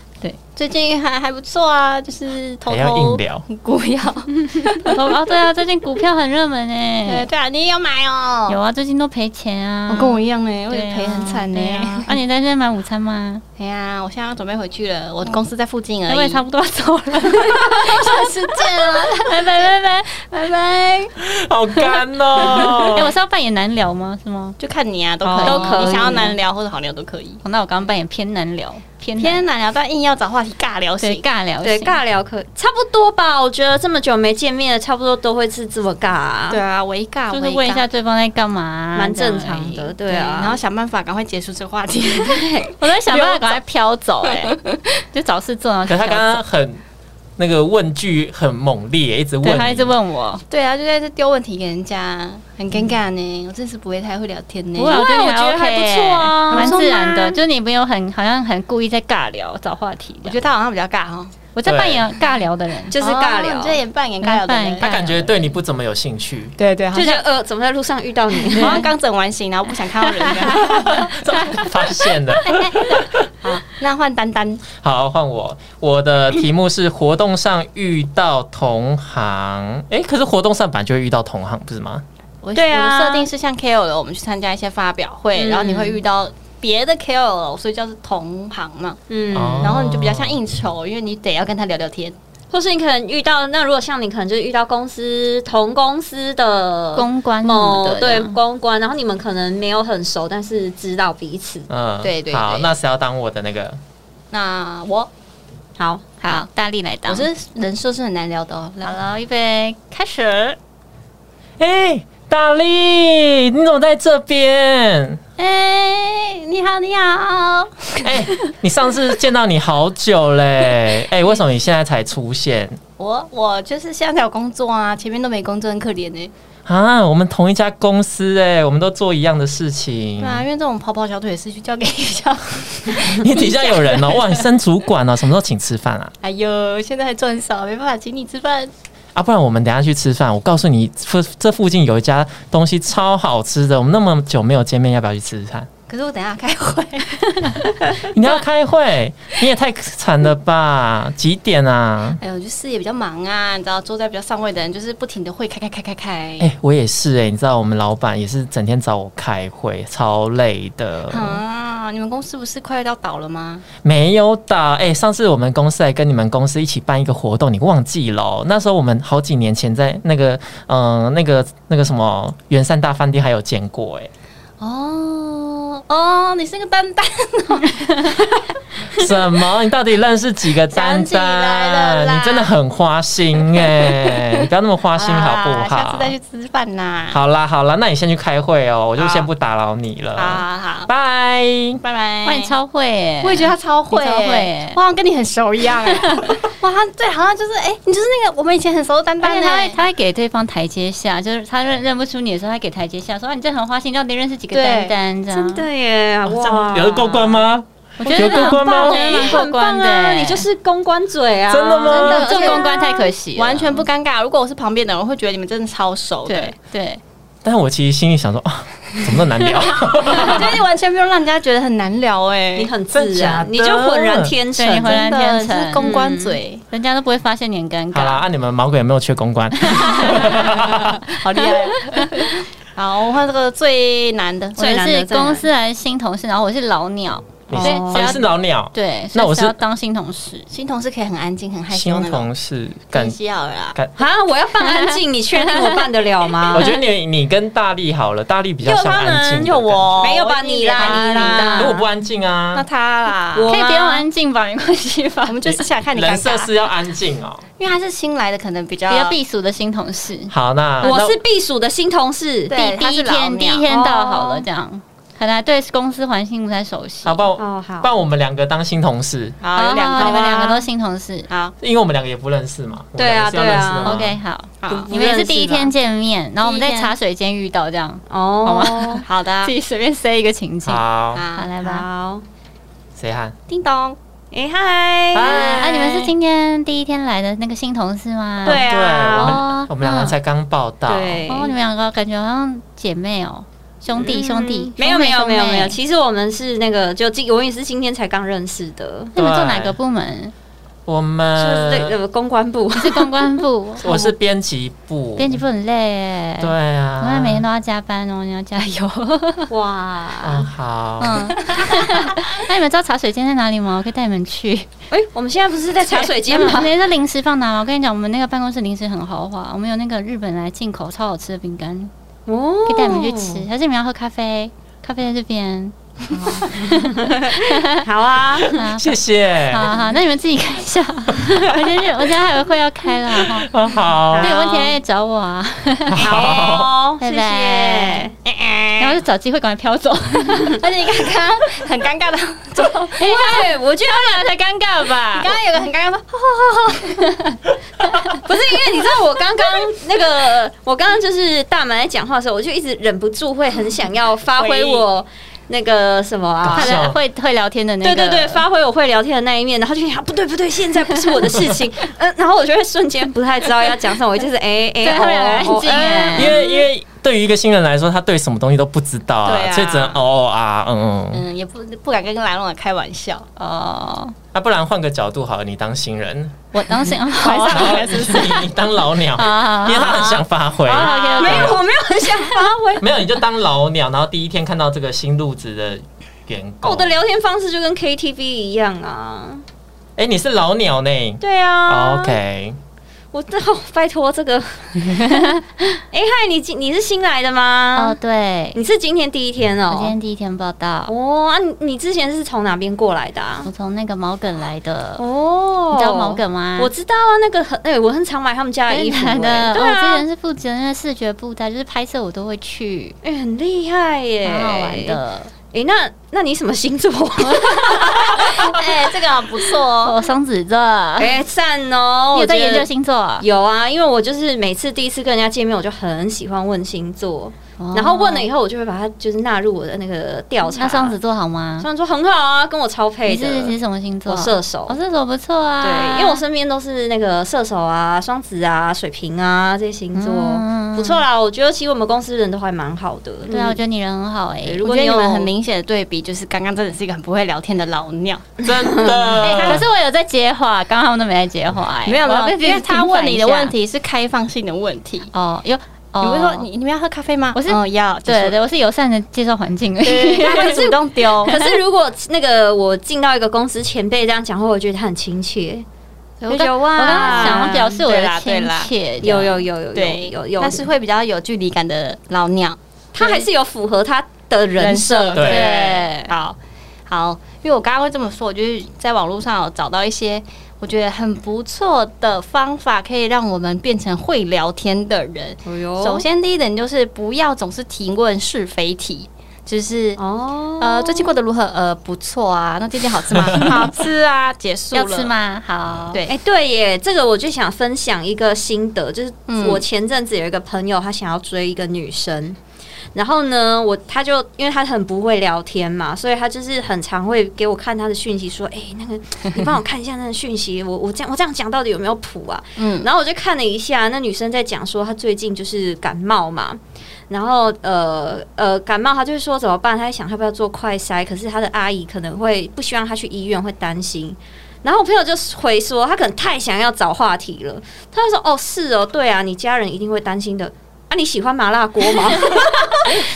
Speaker 2: 最近还还不错啊，就是偷
Speaker 1: 还要硬
Speaker 2: 偷
Speaker 1: 聊，
Speaker 2: 股 *laughs* 药，
Speaker 4: 哦，对啊，最近股票很热门
Speaker 2: 对
Speaker 4: 哎。
Speaker 2: 对啊，你也要买哦。
Speaker 4: 有啊，最近都赔钱啊。
Speaker 2: 我跟我一样哎，我
Speaker 4: 对啊
Speaker 2: 也赔很惨呢
Speaker 4: 对。啊，啊你在这买午餐吗？
Speaker 2: 哎呀，我现在要准备回去了，我公司在附近而
Speaker 4: 那我也
Speaker 2: 已。
Speaker 4: 差不多要走了，
Speaker 2: *laughs* 下次见了，
Speaker 4: *laughs* 拜拜拜拜。
Speaker 2: 拜拜。
Speaker 1: 好干
Speaker 4: 哎，我
Speaker 1: 哦！
Speaker 4: *laughs* 是要扮演难聊吗？是吗？
Speaker 2: 就看你啊，都可
Speaker 1: 哦
Speaker 2: 以，
Speaker 3: 都可以
Speaker 2: 你想要难聊或者好聊都可以。
Speaker 4: 哦那我刚刚扮演偏难聊，偏难
Speaker 2: 偏难聊，但硬要找话题尬聊
Speaker 4: 对
Speaker 2: 型。
Speaker 4: 尬
Speaker 3: *laughs*
Speaker 4: 聊
Speaker 3: 哦对，
Speaker 4: 型
Speaker 3: 尬聊可差不多吧？我觉得这么久没见面了，差不多都会是这么尬啊。
Speaker 2: 对啊，微尬，
Speaker 4: 就是问一
Speaker 2: 微
Speaker 4: 下
Speaker 2: 尬，
Speaker 4: 对方在干嘛啊，
Speaker 3: 蛮正
Speaker 4: 这样而
Speaker 3: 常
Speaker 4: 已
Speaker 3: 的，。对
Speaker 2: 对
Speaker 3: 啊。
Speaker 2: 然后想办法赶快结束这个话 *laughs* 题。
Speaker 4: 我在想
Speaker 3: *laughs*
Speaker 4: 办法赶快飘走，哎，就找事做，然后
Speaker 1: 可
Speaker 4: 就是
Speaker 1: 他
Speaker 4: 飘
Speaker 1: 刚
Speaker 4: 走。
Speaker 1: 刚很那个问句很猛烈，一直
Speaker 4: 对
Speaker 1: 问，
Speaker 4: 他一直，问我，
Speaker 2: 对啊，就在这丢问题给人家，很尴尬呢。我真嗯是不会太会啊聊天呢。
Speaker 4: 不会，我觉得你
Speaker 3: 我觉得还
Speaker 4: OK，
Speaker 3: 不错啊
Speaker 4: 蛮自然
Speaker 2: 不错吗
Speaker 4: 的，就是你没有很好像很故意在尬聊找话题
Speaker 2: 我
Speaker 4: 这
Speaker 2: 觉
Speaker 4: 样。
Speaker 2: 得他好像比较尬哦哈，
Speaker 4: 我在扮演尬聊的人，
Speaker 3: 就是尬聊，
Speaker 2: 这也哦扮演尬聊的
Speaker 4: 扮演
Speaker 2: 人
Speaker 4: 尬
Speaker 1: 他。感觉对你不怎么有兴
Speaker 4: *laughs*
Speaker 1: 趣，
Speaker 2: 对对，好
Speaker 3: 就觉
Speaker 2: 像
Speaker 3: 得呃，怎么在路上遇到
Speaker 2: *laughs*
Speaker 3: 你？
Speaker 2: 好像刚整完型，然后不想看到人这样。
Speaker 1: *laughs* 发现了。
Speaker 2: 好，那换丹丹，
Speaker 1: 好，换我。我的题目是活动上遇到同行，诶，可是活动上本来就会遇到同行，不是吗？
Speaker 2: 我
Speaker 3: 对啊
Speaker 2: 我的设定是像 KOL，我们去参加一些发表会，
Speaker 3: 嗯
Speaker 2: 然后你会遇到别的 KOL，所以叫是同行嘛。
Speaker 3: 嗯
Speaker 1: 哦
Speaker 2: 然后你就比较像应酬，因为你得要跟他聊聊天。
Speaker 3: 或是你可能遇到，那如果像你可能就是遇到公司同公司的
Speaker 4: 公关什
Speaker 3: 某
Speaker 4: 么的
Speaker 3: 哦嗯对
Speaker 4: 这样
Speaker 3: 公关，然后你们可能没有很熟，但是知道彼此。
Speaker 1: 嗯，
Speaker 2: 对对
Speaker 1: 好，
Speaker 2: 对
Speaker 1: 那谁要当我的那个？
Speaker 2: 那我
Speaker 3: 好，
Speaker 4: 好，大力来当。
Speaker 2: 我是人设是很难聊的哦。
Speaker 4: 好了，预备开始。
Speaker 1: 诶，大力，你怎么在这边？
Speaker 2: 哎、你好，你好，
Speaker 1: 哎、你上次见到你好久嘞，哎、为什么你现在才出现
Speaker 2: 我我就是现在才有工作啊，前面都没工作，很可怜呢、欸
Speaker 1: 啊？我们同一家公司哎、我们都做一样的事情
Speaker 2: 对。啊，因为这种跑跑小腿的事去交给学校。
Speaker 1: 你 *laughs* 底下有
Speaker 2: *laughs*
Speaker 1: 人哦、哇，你升主管哦、什么时候请吃饭啊？
Speaker 2: 哎呦，现在还赚少，没办法请你吃饭。
Speaker 1: 啊，不然我们等一下去吃饭，我告诉你，附这附近有一家东西超好吃的，我们那么久没有见面，要不要去吃吃
Speaker 2: *laughs*
Speaker 1: 看？
Speaker 2: 可是我等一下开会， *laughs*
Speaker 1: 你要开会，你也太惨了吧？几点
Speaker 2: *laughs*
Speaker 1: 啊？
Speaker 2: 哎呦，就事业比较忙啊，你知道，坐在比较上位的人就是不停的会开开开开 *laughs* 开
Speaker 1: 哎、，我也是哎、你知道我们老板也是整天找我开会，超累的。
Speaker 2: 啊，你们公司不是快要倒了吗？
Speaker 1: 没有打哎、上次我们公司还跟你们公司一起办一个活动，你忘记了哦、那时候我们好几年前在那个嗯、呃那个那个什么圆山大饭店还有见过哎、
Speaker 2: 哦哦，你是个蛋哦蛋， *laughs*
Speaker 1: 什么？你到底认识几个丹
Speaker 2: 想起来
Speaker 1: 丹？
Speaker 2: 了啦
Speaker 1: 你真的很花心哎、你不要那么花心好不
Speaker 2: 啊
Speaker 1: 好？
Speaker 2: 下次再去吃饭呐。
Speaker 1: 好啦好啦，那你先去开会哦，我就
Speaker 2: 好
Speaker 1: 先不打扰你
Speaker 2: 好
Speaker 1: 了，
Speaker 2: 好好，
Speaker 1: 拜。
Speaker 2: 拜
Speaker 3: 哎
Speaker 2: 拜。
Speaker 4: 哇，你超会耶！
Speaker 2: 我也觉得他超会、
Speaker 4: 你超会欸
Speaker 2: 我好像跟你很熟一样、欸。 *laughs* 哇，他对，好像就是哎、你就是那个我们以前很熟的丹
Speaker 4: 而
Speaker 2: 丹、
Speaker 4: 且
Speaker 2: 欸，
Speaker 4: 他会，他会给对方台阶下，就是他认认不出你的时候，他给台阶下，说啊，你这很花心，到底认识几个
Speaker 2: 对
Speaker 4: 丹丹这样？
Speaker 3: 真的耶，哇，
Speaker 1: 哦有人过关？吗？
Speaker 4: 我觉得
Speaker 1: 有过
Speaker 4: 很
Speaker 1: 关吗
Speaker 4: 棒
Speaker 1: 我觉
Speaker 3: 欸
Speaker 4: 耶，
Speaker 1: 得
Speaker 4: 蛮过关的
Speaker 3: 啊，
Speaker 4: 耶。
Speaker 3: 你就是公关嘴啊，
Speaker 1: 真的吗
Speaker 4: 真
Speaker 2: 的
Speaker 4: 的做公关太可惜了，
Speaker 2: 完全不尴尬。如果我是旁边的人，我会觉得你们真的超熟的，
Speaker 4: 对对。
Speaker 1: 但是我其实心里想说，啊，怎么那么难聊？
Speaker 2: 就是完全不用让人家觉得很难聊哎、
Speaker 3: 你很自
Speaker 1: 真假
Speaker 3: 然
Speaker 1: 的，
Speaker 3: 你就浑然天成
Speaker 4: 对，你浑然
Speaker 2: 真的
Speaker 4: 天
Speaker 2: 是
Speaker 4: 成
Speaker 2: 公关嘴，
Speaker 4: 人家都不会发现你很尴
Speaker 1: 好啦，
Speaker 4: 尬。
Speaker 1: 啊，你们毛鬼有没有缺公关？
Speaker 2: 好厉害。 *laughs* 好，我换这个最难的，
Speaker 4: 我
Speaker 2: 最难的
Speaker 4: 是
Speaker 2: 最难
Speaker 4: 公
Speaker 2: 的
Speaker 4: 司来新同事，然后我是老鸟，
Speaker 1: 你
Speaker 4: 所以
Speaker 3: 哦
Speaker 4: 只
Speaker 1: 你
Speaker 4: 要
Speaker 1: 是老鸟，
Speaker 4: 对，
Speaker 1: 那
Speaker 4: 所以
Speaker 1: 我
Speaker 4: 只
Speaker 1: 是
Speaker 4: 要当新同事。
Speaker 2: 新同事可以很安静、很害羞
Speaker 1: 新
Speaker 2: 那种，
Speaker 1: 同事
Speaker 2: 更
Speaker 1: 感。
Speaker 2: 需要了啦。
Speaker 3: 啊！我要放安静，你确定我办得了吗？
Speaker 1: *laughs* 我觉得你你跟大力好了，大力比较像安静的感觉，
Speaker 2: 又我，
Speaker 3: 没有吧
Speaker 2: 我一定
Speaker 3: 你啦
Speaker 2: 他
Speaker 3: 你啦
Speaker 1: 可我不安静
Speaker 2: 那
Speaker 1: 啊，
Speaker 2: 他啦，
Speaker 3: 我
Speaker 4: 可以
Speaker 3: 吗
Speaker 4: 不用安静吧，没关系吧
Speaker 2: 我。们就是想看你尴
Speaker 1: 人设
Speaker 2: 尬，
Speaker 1: 是要安静哦。
Speaker 2: 因为他是新来的，可能比较
Speaker 1: 啊
Speaker 4: 比较避暑的新同事，
Speaker 1: 好，啊那
Speaker 3: 我
Speaker 1: 那
Speaker 3: 是避暑的新同事，
Speaker 2: 对
Speaker 4: 第
Speaker 2: 他
Speaker 4: 一
Speaker 2: 是老
Speaker 4: 天第一
Speaker 2: 鸟
Speaker 4: 天到好了，
Speaker 3: 哦
Speaker 4: 这样可能还对公司环境不太熟悉。
Speaker 1: 好，不然
Speaker 3: 哦，好
Speaker 1: 不，然我们两个当新同事，
Speaker 2: 好有两个
Speaker 4: 好
Speaker 2: 啊，
Speaker 4: 你们两个都新同事。
Speaker 2: 好，
Speaker 1: 因为我们两个也不认识嘛。
Speaker 3: 对啊
Speaker 1: 我们两个是要认识的
Speaker 3: 对啊
Speaker 1: 嘛
Speaker 4: OK，好，
Speaker 2: 好
Speaker 4: 你们也是第一天见面，然后我们
Speaker 2: 第一
Speaker 4: 在
Speaker 2: 天
Speaker 4: 茶水间遇到，这样
Speaker 3: 哦，
Speaker 2: 好的
Speaker 4: 自，己随便塞一个情境。好，
Speaker 1: 好，
Speaker 2: 好
Speaker 4: 来吧。
Speaker 3: 好，
Speaker 1: 谁喊？
Speaker 2: 叮咚，
Speaker 3: 哎嗨，
Speaker 4: 啊，你们是今天第一天来的那个新同事吗？
Speaker 3: 对
Speaker 1: 对，我
Speaker 3: 啊，
Speaker 1: 们
Speaker 4: 哦
Speaker 1: 我们两个才刚报道。
Speaker 3: 对，
Speaker 4: 哦，你们两个感觉好像姐妹哦，兄弟
Speaker 3: 嗯
Speaker 4: 兄弟，
Speaker 3: 没有
Speaker 4: 兄妹
Speaker 3: 没有没有没有，
Speaker 4: 兄妹
Speaker 3: 其实我们是那个就今我也是今天才刚认识的，
Speaker 4: 那你们做
Speaker 1: 对
Speaker 4: 哪个部门？ *laughs*
Speaker 1: 我
Speaker 3: 就是那
Speaker 1: 们
Speaker 3: 个公关部， *laughs*
Speaker 4: 是公关
Speaker 1: *laughs*，
Speaker 4: 部
Speaker 1: 我是编辑部，
Speaker 4: 编辑部很累耶。
Speaker 1: 对啊，
Speaker 4: 我们每天都要加班哦，你要加油。 *laughs*
Speaker 3: 哇，
Speaker 1: 嗯好，，
Speaker 4: 嗯，那你们知道茶水间在哪里吗？我可以带你们
Speaker 3: *laughs*
Speaker 4: 去。
Speaker 3: 哎，我们现在不是在茶水
Speaker 4: 我
Speaker 3: 间吗？
Speaker 4: 们那零食放哪吗？我跟你讲，我们那个办公室零食很豪华，我们有那个日本来进口超好吃的饼干，
Speaker 3: 哦
Speaker 4: 可以带你们去吃。还是你们要喝咖啡？咖啡在这边。
Speaker 3: 好啊，
Speaker 4: 啊
Speaker 1: 谢谢，
Speaker 4: *laughs* 好好，那你们自己看一下。 *laughs* 我今天我今天还有会要开了
Speaker 3: *laughs*
Speaker 4: 哈，
Speaker 1: 嗯 *laughs* 好，
Speaker 4: 那有问题还可以找我啊，
Speaker 3: 好，哦谢
Speaker 4: 拜
Speaker 3: 谢
Speaker 4: 拜。 *laughs* 然后就找机会赶快飘走，
Speaker 3: *laughs*
Speaker 2: 而且你 *laughs* 刚刚很尴尬的， *laughs*
Speaker 3: 不会，我觉得
Speaker 4: 才尴尬吧？
Speaker 2: 刚刚有个很尴尬说，
Speaker 3: 不是因为你知道，我刚刚那个， *laughs* 我刚刚就是大满在讲话的时候，我就一直忍不住会很想要发挥我那个什么啊
Speaker 1: 搞
Speaker 4: 他。
Speaker 1: 笑
Speaker 4: 的会会聊天的那
Speaker 3: 对
Speaker 4: 个，
Speaker 3: 对对，发挥我会聊天的那一面，然后就想不对不对，现在不是我的事
Speaker 4: *laughs*
Speaker 3: 情，嗯，然后我就会瞬间不太知道要讲什么，我就是哎哎，
Speaker 4: 对他们两个安
Speaker 3: 哦哦
Speaker 4: 静
Speaker 3: 嗯
Speaker 1: 因
Speaker 4: 哎，
Speaker 1: 为因为对于一个新人来说，他对什么东西都不知道
Speaker 2: 对
Speaker 1: 啊，
Speaker 2: 啊
Speaker 1: 所以只能哦哦啊，嗯嗯，
Speaker 2: 嗯，也不不敢跟兰龙开玩笑，
Speaker 4: 哦。
Speaker 1: 啊，不然换个角度好了，你当新人，
Speaker 4: 我当
Speaker 3: *laughs*
Speaker 4: 时好
Speaker 1: 然
Speaker 4: 啊
Speaker 1: 后你你当老鸟，
Speaker 4: 好啊
Speaker 1: 因为他很想发挥。
Speaker 4: ，OK
Speaker 1: 嗯
Speaker 3: 没
Speaker 4: OK，
Speaker 3: 有，我没有很想发挥。
Speaker 4: *laughs*
Speaker 1: 没有，你就当老鸟，然后第一天看到这个新入职的员工，
Speaker 3: 哦我的聊天方式就跟 KTV 一样啊，
Speaker 1: 哎，你是老鸟呢哦
Speaker 3: 对啊
Speaker 1: ，OK，
Speaker 3: 我这、哦、拜托这个， *laughs* 哎、嗨，你今你是新来的吗？
Speaker 4: 哦对，
Speaker 3: 你是今天第一天
Speaker 4: 我
Speaker 3: 哦。
Speaker 4: 今天第一天报道，
Speaker 3: 哦，啊，你你之前是从哪边过来的、啊？
Speaker 4: 我从那个毛梗来的，
Speaker 3: 哦，
Speaker 4: 嗯你知道毛梗吗？
Speaker 3: 我知道啊，那个很哎、我很常买他们家的衣
Speaker 4: 真
Speaker 3: 服、
Speaker 4: 的
Speaker 3: 哎，
Speaker 4: 哦
Speaker 3: 对
Speaker 4: 我之
Speaker 3: 啊，哎、
Speaker 4: 前是负责那个视觉部带，就是拍摄我都会去，
Speaker 3: 哎很厉害耶、
Speaker 4: 蛮好玩。的。
Speaker 3: 哎、那那你什么星座？
Speaker 4: *laughs*
Speaker 2: 哎，这个不错哦，
Speaker 4: 哦，双子座，
Speaker 3: 哎、赞哦！
Speaker 4: 你
Speaker 3: 我
Speaker 4: 有在
Speaker 3: 觉得啊
Speaker 4: 研究星座？
Speaker 3: 有啊，因为我就是每次第一次跟人家见面，我就很喜欢问星座，
Speaker 4: 哦
Speaker 3: 然后问了以后，我就会把它就是纳入我的那个调查。
Speaker 4: 那双子座好吗？
Speaker 3: 双子座很好啊，跟我超配
Speaker 4: 你
Speaker 3: 的。
Speaker 4: 是你是什么星座？
Speaker 3: 我射手
Speaker 4: 哦，射手不错啊。
Speaker 3: 对，因为我身边都是那个射手啊、双子啊、水瓶啊这些星座，
Speaker 4: 嗯
Speaker 3: 不错啦。我觉得其实我们公司人都还蛮好的。
Speaker 4: 对啊，我觉得你人很好哎、
Speaker 3: 对
Speaker 4: 欸
Speaker 3: 如。
Speaker 2: 我
Speaker 3: 果
Speaker 2: 觉得
Speaker 3: 你
Speaker 2: 你
Speaker 3: 有
Speaker 2: 们很明显的对比，就是刚刚真的是一个很不会聊天的老鸟。
Speaker 1: 真
Speaker 4: 哎可 *laughs*
Speaker 1: 的。
Speaker 4: 是我有在接话，刚刚他们都没在接话哎、
Speaker 2: 哎没有
Speaker 4: 我要
Speaker 2: 没有，
Speaker 4: 被
Speaker 2: 因为他问你的问
Speaker 4: 平
Speaker 2: 题是开放性的问题。
Speaker 4: 反一下哦，有
Speaker 2: 比
Speaker 4: 哦，
Speaker 2: 如说，你你们要喝咖啡吗？
Speaker 4: 我是
Speaker 2: 嗯要，结束
Speaker 4: 对对，我是友善的介绍环境而
Speaker 2: 对，
Speaker 4: 已。
Speaker 2: *laughs* 他会主动丢。
Speaker 3: *laughs* 可是如果那个我进到一个公司前辈这样讲话，我觉得他很亲切。
Speaker 2: 我
Speaker 3: 我
Speaker 2: 刚
Speaker 3: 有
Speaker 4: 我刚
Speaker 3: 哇，
Speaker 4: 刚想要表示我
Speaker 2: 啊对
Speaker 4: 的
Speaker 2: 啦对
Speaker 4: 亲
Speaker 2: 啦
Speaker 4: 切，这样
Speaker 3: 有有有有有
Speaker 2: 对
Speaker 3: 有有，
Speaker 2: 但是会比较有距离感的老鸟
Speaker 3: 他还是有符合他的人设。
Speaker 1: 对
Speaker 2: 对，好好，因为我刚刚会这么说，我就是在网络上有找到一些我觉得很不错的方法，可以让我们变成会聊天的人。
Speaker 3: 哎呦
Speaker 2: 首先第一点就是不要总是提问是非题，就是。
Speaker 3: 哦，
Speaker 2: 呃，最近过得如何？呃，不错啊。那这件好吃吗？好吃啊，结束了。嗯
Speaker 4: 要吃？吗？好，
Speaker 2: 对
Speaker 3: 哎、对耶，这个我就想分享一个心得，就是
Speaker 2: 嗯
Speaker 3: 我前阵子有一个朋友，他想要追一个女生，然后呢，我他就因为他很不会聊天嘛，所以他就是很常会给我看他的讯息，说，哎、那个你帮我看一下那个讯息，我我这样我这样讲到底有没有谱啊？
Speaker 2: 嗯，
Speaker 3: 然后我就看了一下，那女生在讲说她最近就是感冒嘛，然后呃呃感冒，她就说怎么办？她在想要不要做快筛，可是她的阿姨可能会不希望她去医院，会担心。然后我朋友就回说，她可能太想要找话题了，她就说哦是哦，对啊，你家人一定会担心的。啊，你喜欢麻辣锅
Speaker 2: *laughs*
Speaker 3: 吗？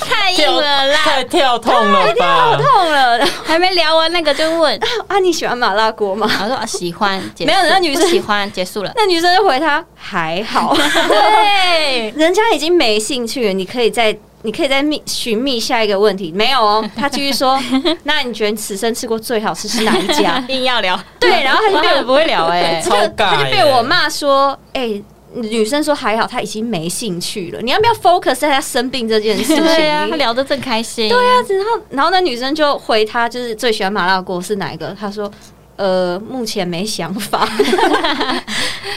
Speaker 2: 太硬
Speaker 1: 跳
Speaker 2: 了啦，
Speaker 1: 太跳痛了吧？
Speaker 3: 痛了 *laughs*
Speaker 2: 还没聊完那个就问，
Speaker 3: 啊，你喜欢麻辣锅吗？
Speaker 2: 然后说、啊、喜欢，结束
Speaker 3: 没有那女生
Speaker 2: 不喜 *laughs* 欢，结
Speaker 4: *laughs*
Speaker 2: 束了。
Speaker 3: 那女生就回他还
Speaker 2: *laughs*
Speaker 3: 好，对，人家已经没兴趣了，你可以再你可以再觅寻觅下一个问题，没有哦。他继
Speaker 2: *laughs*？
Speaker 3: 续说，那你觉得此生吃过最好吃是哪一家
Speaker 2: 硬要聊，
Speaker 3: 对，然后他就被我
Speaker 4: 不会聊哎、
Speaker 1: 超尬
Speaker 3: 他就被
Speaker 1: 耶
Speaker 3: 我骂说，哎、女生说还好，她已经没兴趣了。你要不要 focus 在她生病这件事情？
Speaker 2: 对啊，他聊得正开心。
Speaker 3: 对啊，然后然后那女生就回他，就是最喜欢麻辣锅是哪一个？他说。呃，目前没想
Speaker 4: *laughs*
Speaker 3: 法，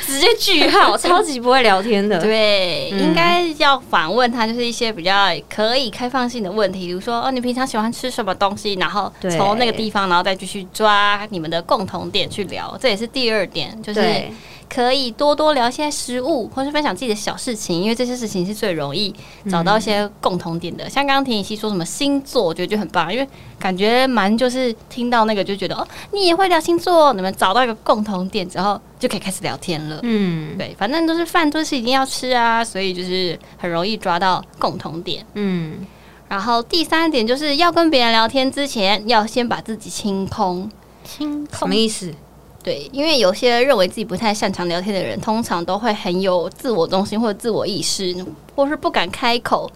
Speaker 3: 直接句号，超级不会聊天的。
Speaker 2: *laughs* 对，
Speaker 3: 嗯
Speaker 2: 应该要反问他，就是一些比较可以开放性的问题，比如说哦，你平常喜欢吃什么东西？然后
Speaker 3: 对
Speaker 2: 从那个地方，然后再继续抓你们的共同点去聊。这也是第二点，就是
Speaker 3: 对
Speaker 2: 可以多多聊一些食物，或是分享自己的小事情，因为这些事情是最容易找到一些共同点的。像刚刚田雨希说什么星座，我觉得就很棒，因为感觉蛮就是听到那个就觉得哦，你也会聊星座哦，你们找到一个共同点之后，就可以开始聊天了。
Speaker 3: 嗯
Speaker 2: 对，反正都是饭都是一定要吃啊，所以就是很容易抓到共同点。
Speaker 3: 嗯，
Speaker 2: 然后第三点就是要跟别人聊天之前，要先把自己清空。
Speaker 4: 清
Speaker 3: 什
Speaker 4: 空
Speaker 3: 么意思？
Speaker 2: 对，因为有些认为自己不太擅长聊天的人，通常都会很有自我中心或者自我意识，或是不敢开口，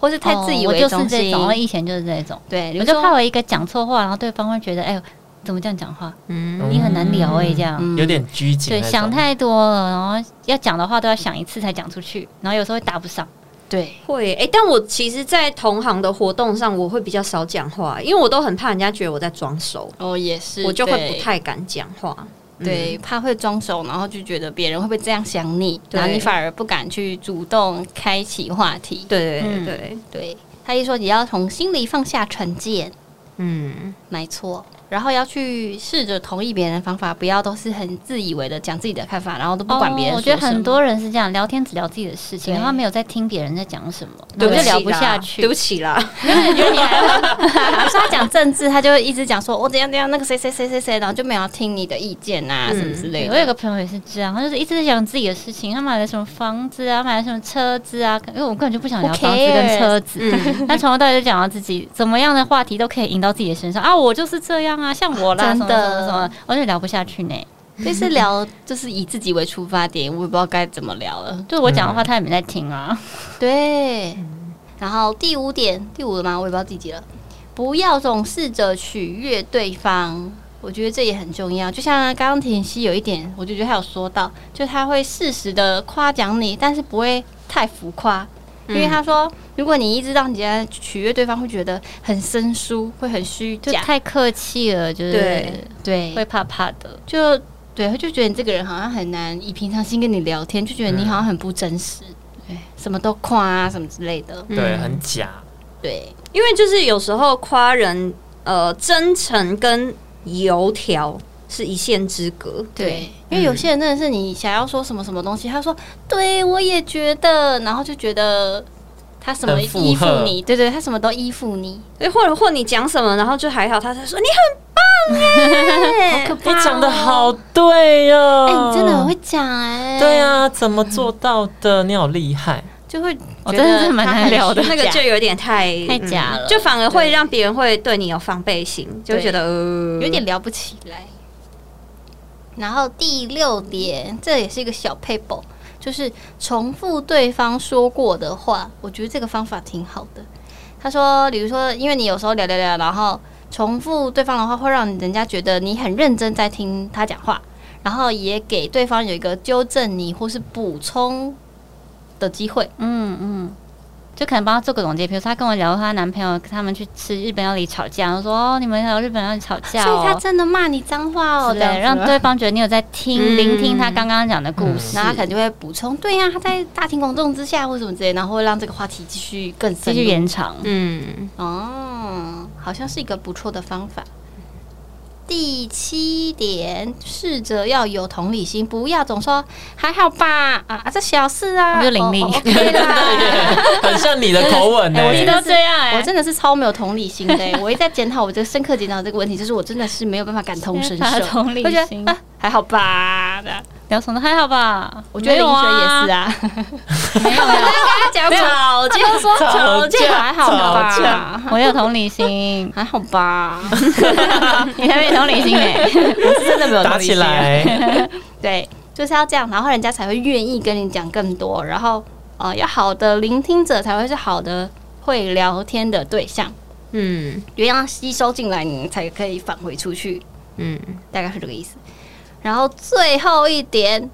Speaker 2: 或是太自以为
Speaker 4: 哦我就是
Speaker 2: 中
Speaker 4: 这
Speaker 2: 心。
Speaker 4: 种，我以前就是这种，
Speaker 2: 对，比
Speaker 4: 我
Speaker 2: 如
Speaker 4: 就怕
Speaker 2: 说，
Speaker 4: 我一个讲错话，然后对方会觉得，哎、呦，怎么这样讲话？
Speaker 3: 嗯
Speaker 4: 你很难聊哎、这样。
Speaker 2: 嗯
Speaker 1: 有点拘谨那
Speaker 4: 对，
Speaker 1: 种。
Speaker 4: 想太多了，然后要讲的话都要想一次才讲出去，然后有时候会答不上。
Speaker 2: 对，
Speaker 3: 会哎、但我其实，在同行的活动上，我会比较少讲话，因为我都很怕人家觉得我在装熟，
Speaker 2: 哦，也是，
Speaker 3: 我就会
Speaker 2: 对
Speaker 3: 不太敢讲话。嗯
Speaker 2: 对，怕会装熟，然后就觉得别人会不会这样想你，
Speaker 3: 对
Speaker 2: 然后你反而不敢去主动开启话题。
Speaker 3: 对对
Speaker 4: 嗯
Speaker 3: 对，
Speaker 2: 对，他一说也要从心里放下成见，
Speaker 3: 嗯
Speaker 2: 没错，然后要去试着同意别人的方法，不要都是很自以为的讲自己的看法，然后都不管别人、
Speaker 4: 哦我觉得很，多人是这样，聊天只聊自己的事情，
Speaker 2: 对
Speaker 4: 然后没有在听别人在讲什么，
Speaker 3: 对
Speaker 4: 然
Speaker 3: 不
Speaker 4: 后
Speaker 3: 起
Speaker 4: 就
Speaker 3: 啦，
Speaker 4: 聊不下去。
Speaker 3: 对不起啦。
Speaker 2: 因为你还会比如说他讲政治，他就会一直讲说我哦怎样怎样，那个谁谁谁谁谁，然后就没有听你的意见啊、
Speaker 3: 嗯
Speaker 2: 什么之类
Speaker 4: 对，
Speaker 2: 的。
Speaker 4: 我有个朋友也是这样，他就是一直在讲自己的事情，他买了什么房子啊，买了什么车子啊，因为我根本就不想聊
Speaker 2: Who
Speaker 4: 房子跟
Speaker 2: cares？
Speaker 4: 车子，
Speaker 3: 嗯，
Speaker 4: *laughs* 但从头到尾就讲到自己怎么样的话题都可以引到自己的身上啊，我就是这样啊，像我啦，
Speaker 2: 真
Speaker 4: 什
Speaker 2: 的
Speaker 4: 么什么什么，我就聊不下去呢。
Speaker 2: 就是聊，就是以自己为出发点，我也不知道该怎么聊了。
Speaker 4: 就是我讲的话，他也没在听啊。
Speaker 2: 对，然后第五点，第五了吗？我也不知道第几了。不要总试着取悦对方，我觉得这也很重要。就像刚刚田曦有一点，我就觉得他有说到，就他会适时的夸奖你，但是不会太浮夸。因为他说，如果你一直让人家取悦对方，会觉得很生疏，会很虚
Speaker 4: 就
Speaker 2: 假。
Speaker 4: 太客气了，就是
Speaker 3: 对
Speaker 2: 对，
Speaker 4: 会怕怕的。
Speaker 2: 就对，就觉得你这个人好像很难以平常心跟你聊天，就觉得你好像很不真实。什么都夸啊，什么之类的。
Speaker 1: 对，
Speaker 3: 嗯
Speaker 1: 很假。
Speaker 2: 对，
Speaker 3: 因为就是有时候夸人，呃，真诚跟油条是一线之隔。
Speaker 2: 对，因为有些人真的是你想要说什么什么东西，他说对我也觉得，然后就觉得他什么
Speaker 1: 很附
Speaker 2: 依附
Speaker 1: 和
Speaker 2: 你，对对，他什么都依附你，
Speaker 3: 对，或者或你讲什么，然后就还好，他才说你
Speaker 2: 好可
Speaker 1: 你
Speaker 2: 怕、
Speaker 1: 讲的好，
Speaker 4: 哦
Speaker 1: 对呀、
Speaker 2: 哎、你真的很会讲哎、
Speaker 1: 对，啊，怎么做到的？你好厉害！
Speaker 2: 就会
Speaker 4: 哦
Speaker 2: 觉得
Speaker 4: 真的是蛮
Speaker 2: 他
Speaker 4: 难
Speaker 2: 很
Speaker 4: 聊的
Speaker 2: 虚
Speaker 3: 那个
Speaker 2: 假
Speaker 3: 就有点太
Speaker 4: 太假了
Speaker 3: 就反而会让别人会对你有防备心，就会觉得呃
Speaker 2: 有点聊不起来。然后第六点，这也是一个小 paper，就是重复对方说过的话。我觉得这个方法挺好的。他说，比如说，因为你有时候聊聊聊，然后重复对方的话，会让人家觉得你很认真在听他讲话，然后也给对方有一个纠正你或是补充的机会。
Speaker 4: 嗯嗯，就可能帮他做个总结。比如说，她跟我聊她男朋友他们去吃日本料理吵架，我说哦，你们聊日本料理吵架、
Speaker 2: 所以他
Speaker 4: 哦，
Speaker 2: 真的骂你脏话哦，
Speaker 4: 对，
Speaker 2: 这样子
Speaker 4: 让对方觉得你有在听、
Speaker 3: 嗯
Speaker 4: 聆听他刚刚讲的故事，
Speaker 2: 然嗯后他可能就会补充，对呀、他在大庭广众之下或什么之类，然后会让这个话题继续更
Speaker 4: 继
Speaker 2: 深入
Speaker 4: 续延长。
Speaker 3: *laughs* 嗯，
Speaker 2: 哦，好像是一个不错的方法。第七点，试着要有同理心，不要总说还好吧啊啊，这小事啊，
Speaker 4: 我就伶俐
Speaker 2: 哦哦，OK
Speaker 4: *laughs*
Speaker 2: 啦
Speaker 1: 很像你的口吻呢、欸
Speaker 4: 哎我记得这样哎、
Speaker 2: 我真的是超没有同理心的、 *laughs* 我一直在检讨我这个深刻检讨这个问题，就是我真的是没有办法感同
Speaker 4: *laughs*
Speaker 2: 身
Speaker 4: 缺
Speaker 2: 受，
Speaker 4: 乏同理
Speaker 2: 我觉
Speaker 4: 心
Speaker 2: 得、啊、还好吧的。
Speaker 4: 聊什么还好吧？
Speaker 2: 我觉得林
Speaker 4: 没有
Speaker 2: 雪
Speaker 4: 啊
Speaker 2: 也是，啊，
Speaker 4: 没有没有，
Speaker 2: 讲吵架都说
Speaker 1: 吵架
Speaker 2: 还好
Speaker 1: 吵
Speaker 2: 吧，
Speaker 1: 架，
Speaker 4: 我有同理心
Speaker 2: 还好
Speaker 1: *laughs*
Speaker 2: 吧，
Speaker 4: 你才没同理心哎、
Speaker 2: 我是真的没有
Speaker 1: 打
Speaker 2: 同理
Speaker 1: 起
Speaker 2: 心啊。 *laughs*
Speaker 1: 来，
Speaker 2: 对，就是要这样，然后人家才会愿意跟你讲更多，然后呃，要好的聆听者才会是好的会聊天的对象，
Speaker 3: 嗯
Speaker 2: 原样吸收进来，你才可以返回出去，
Speaker 3: 嗯，
Speaker 2: 大概是这个意思。然后最后一点。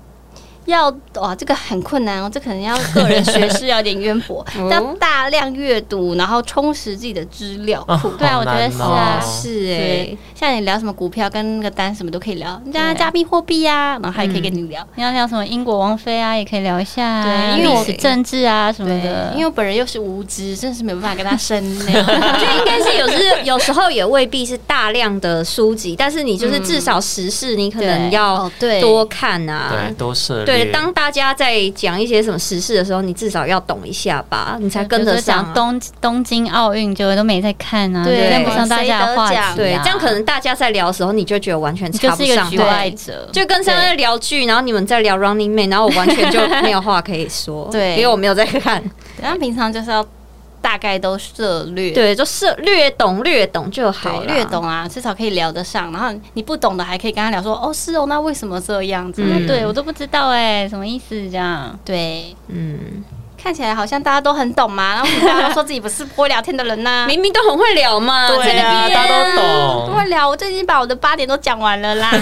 Speaker 2: 要哇，这个很困难哦，这可能要个人学识要有点渊博
Speaker 3: 哦，
Speaker 2: 要大量阅读，然后充实自己的资料库。
Speaker 1: 哦
Speaker 4: 对啊我觉得
Speaker 1: 好
Speaker 4: 是
Speaker 1: 难
Speaker 4: 啊
Speaker 1: 哦
Speaker 3: 是哎、
Speaker 2: 对，像你聊什么股票跟那个单什么都可以聊，加加密货币呀、然后他也可以跟你聊。
Speaker 4: *laughs* 你要聊什么英国王妃啊，也可以聊一下、啊，
Speaker 2: 对因为我
Speaker 4: 历史政治啊什么
Speaker 2: 对
Speaker 4: 的，，
Speaker 2: 因为我本人又是无知，真是没有办法跟他深
Speaker 3: 我
Speaker 2: 聊。
Speaker 3: 觉得应该是有时有时候也未必是大量的书籍，但是你就是至少时事，你可能
Speaker 4: 对
Speaker 3: 要
Speaker 2: *laughs* 哦， *laughs* 对，
Speaker 3: 多看啊
Speaker 1: 对，。多涉猎。
Speaker 3: 对，当大家在讲一些什么时事的时候，你至少要懂一下吧，你才跟
Speaker 4: 比如
Speaker 3: 得
Speaker 4: 说
Speaker 3: 上
Speaker 4: 讲
Speaker 3: 啊。
Speaker 4: 东东京奥运，结果都没在看啊，
Speaker 2: 对
Speaker 4: 跟不上大家的话题、啊，
Speaker 3: 对，这样可能大家在聊的时候，你就觉得完全
Speaker 4: 你
Speaker 3: 插不
Speaker 4: 就是一个
Speaker 3: 上
Speaker 4: 局
Speaker 3: 话，
Speaker 4: 外者。
Speaker 3: 就跟上在聊剧，然后你们在聊 Running Man，然后我完全就没有话可以说，
Speaker 2: 对
Speaker 3: 因为我没有在看，
Speaker 2: 然后平常就是要大概都涉略，
Speaker 3: 对，就是略懂略懂就
Speaker 2: 对，
Speaker 3: 好了，
Speaker 2: 略懂啊，至少可以聊得上。然后你不懂的还可以跟他聊说，哦，是哦，那为什么这样子？
Speaker 3: 嗯
Speaker 4: 对我都不知道哎、什么意思这样？
Speaker 2: 对，
Speaker 3: 嗯，
Speaker 2: 看起来好像大家都很懂嘛，然后大家都说自己不是不会聊天的人 *laughs* 呐、
Speaker 3: 明明都很会聊嘛，
Speaker 1: 对啊，
Speaker 3: 在那
Speaker 1: 大
Speaker 3: 边
Speaker 1: 家都
Speaker 2: 不
Speaker 1: 懂
Speaker 2: 会。聊，我最近把我的八点都讲完了 *laughs* 啦。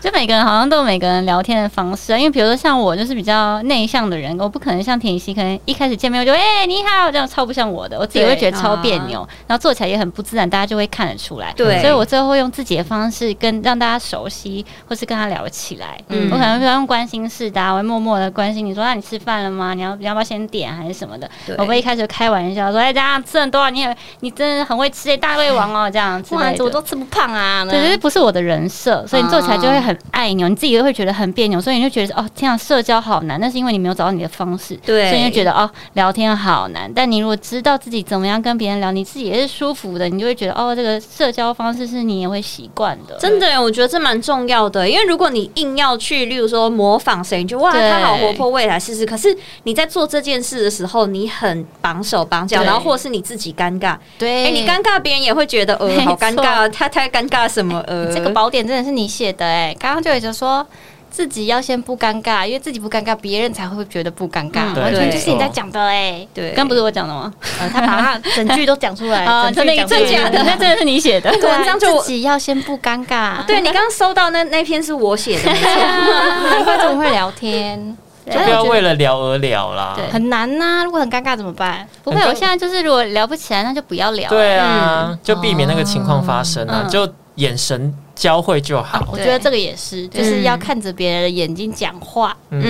Speaker 4: 就每个人好像都有每个人聊天的方式啊，因为比如说像我就是比较内向的人，我不可能像田雨希，可能一开始见面我就哎、你好这样超不像我的，我自己
Speaker 2: 对
Speaker 4: 会觉得超别扭，然后做起来也很不自然，大家就会看得出来。
Speaker 3: 对
Speaker 4: 所以我最后会用自己的方式跟让大家熟悉，或是跟他聊起来。
Speaker 3: 嗯
Speaker 4: 嗯，我可能会用关心式的、啊，我会默默的关心你说，那、啊你吃饭了吗？你要你要不要先点还是什么的？
Speaker 3: 对
Speaker 4: 我不会一开始开玩笑说，哎、这样吃很多、啊，你也你真的很会吃、欸，大胃王哦，这样之
Speaker 2: 哇，
Speaker 4: 类
Speaker 2: 怎么
Speaker 4: 的
Speaker 2: 都。吃不胖啊？
Speaker 4: 对，就是不是我的人设，所以你做起来就会很爱扭，你自己就会觉得很别扭，所以你就觉得哦，天啊，社交好难。那是因为你没有找到你的方式，
Speaker 3: 对
Speaker 4: 所以你就觉得哦，聊天好难。但你如果知道自己怎么样跟别人聊，你自己也是舒服的，你就会觉得哦，这个社交方式是你也会习惯的。
Speaker 3: 真的耶，我觉得这蛮重要的，因为如果你硬要去，例如说模仿谁，你就哇，
Speaker 4: 对
Speaker 3: 他好活泼，未来试试。可是你在做这件事的时候，你很绑手绑脚，
Speaker 2: 对
Speaker 3: 然后或是你自己尴尬，哎、
Speaker 2: 对，
Speaker 3: 你尴尬，别人也会觉得
Speaker 4: 没
Speaker 3: 呃，
Speaker 4: 错
Speaker 3: 好尴尬，他太尴尬什么呃，
Speaker 2: 这个宝典真的是你写的哎、刚刚就有就说自己要先不尴尬，因为自己不尴尬，别人才会觉得不尴尬。
Speaker 4: 嗯
Speaker 1: 对
Speaker 2: 完全就是
Speaker 3: 对
Speaker 2: 你在讲的哎、
Speaker 3: 对，
Speaker 4: 刚不是我讲的吗？
Speaker 2: 呃他把他整句都讲出来，
Speaker 4: 真 *laughs* 的
Speaker 2: 整
Speaker 4: 真
Speaker 2: 句
Speaker 4: 假
Speaker 2: 讲出
Speaker 4: 的，
Speaker 2: 来
Speaker 4: 那真的是你写 *laughs* 的。
Speaker 2: 对啊哦
Speaker 3: 文章就我
Speaker 2: 自己要先不尴尬， *laughs*
Speaker 3: 对你刚刚收到那那篇是我写的，没错
Speaker 2: 难怪这么会聊天，
Speaker 1: 就
Speaker 2: 哎
Speaker 1: 不要为了聊而聊啦。
Speaker 4: 对
Speaker 2: 很难呐、如果很尴尬怎么办？
Speaker 4: 不会，我现在就是如果聊不起来，那就不要聊。
Speaker 1: 对啊，就避免那个
Speaker 2: 哦
Speaker 1: 情况发生啊。
Speaker 4: 嗯
Speaker 1: 就眼神交汇就好。
Speaker 2: 我
Speaker 4: 对
Speaker 2: 觉得这个也是，就是要看着别人的眼睛讲话，
Speaker 1: 嗯，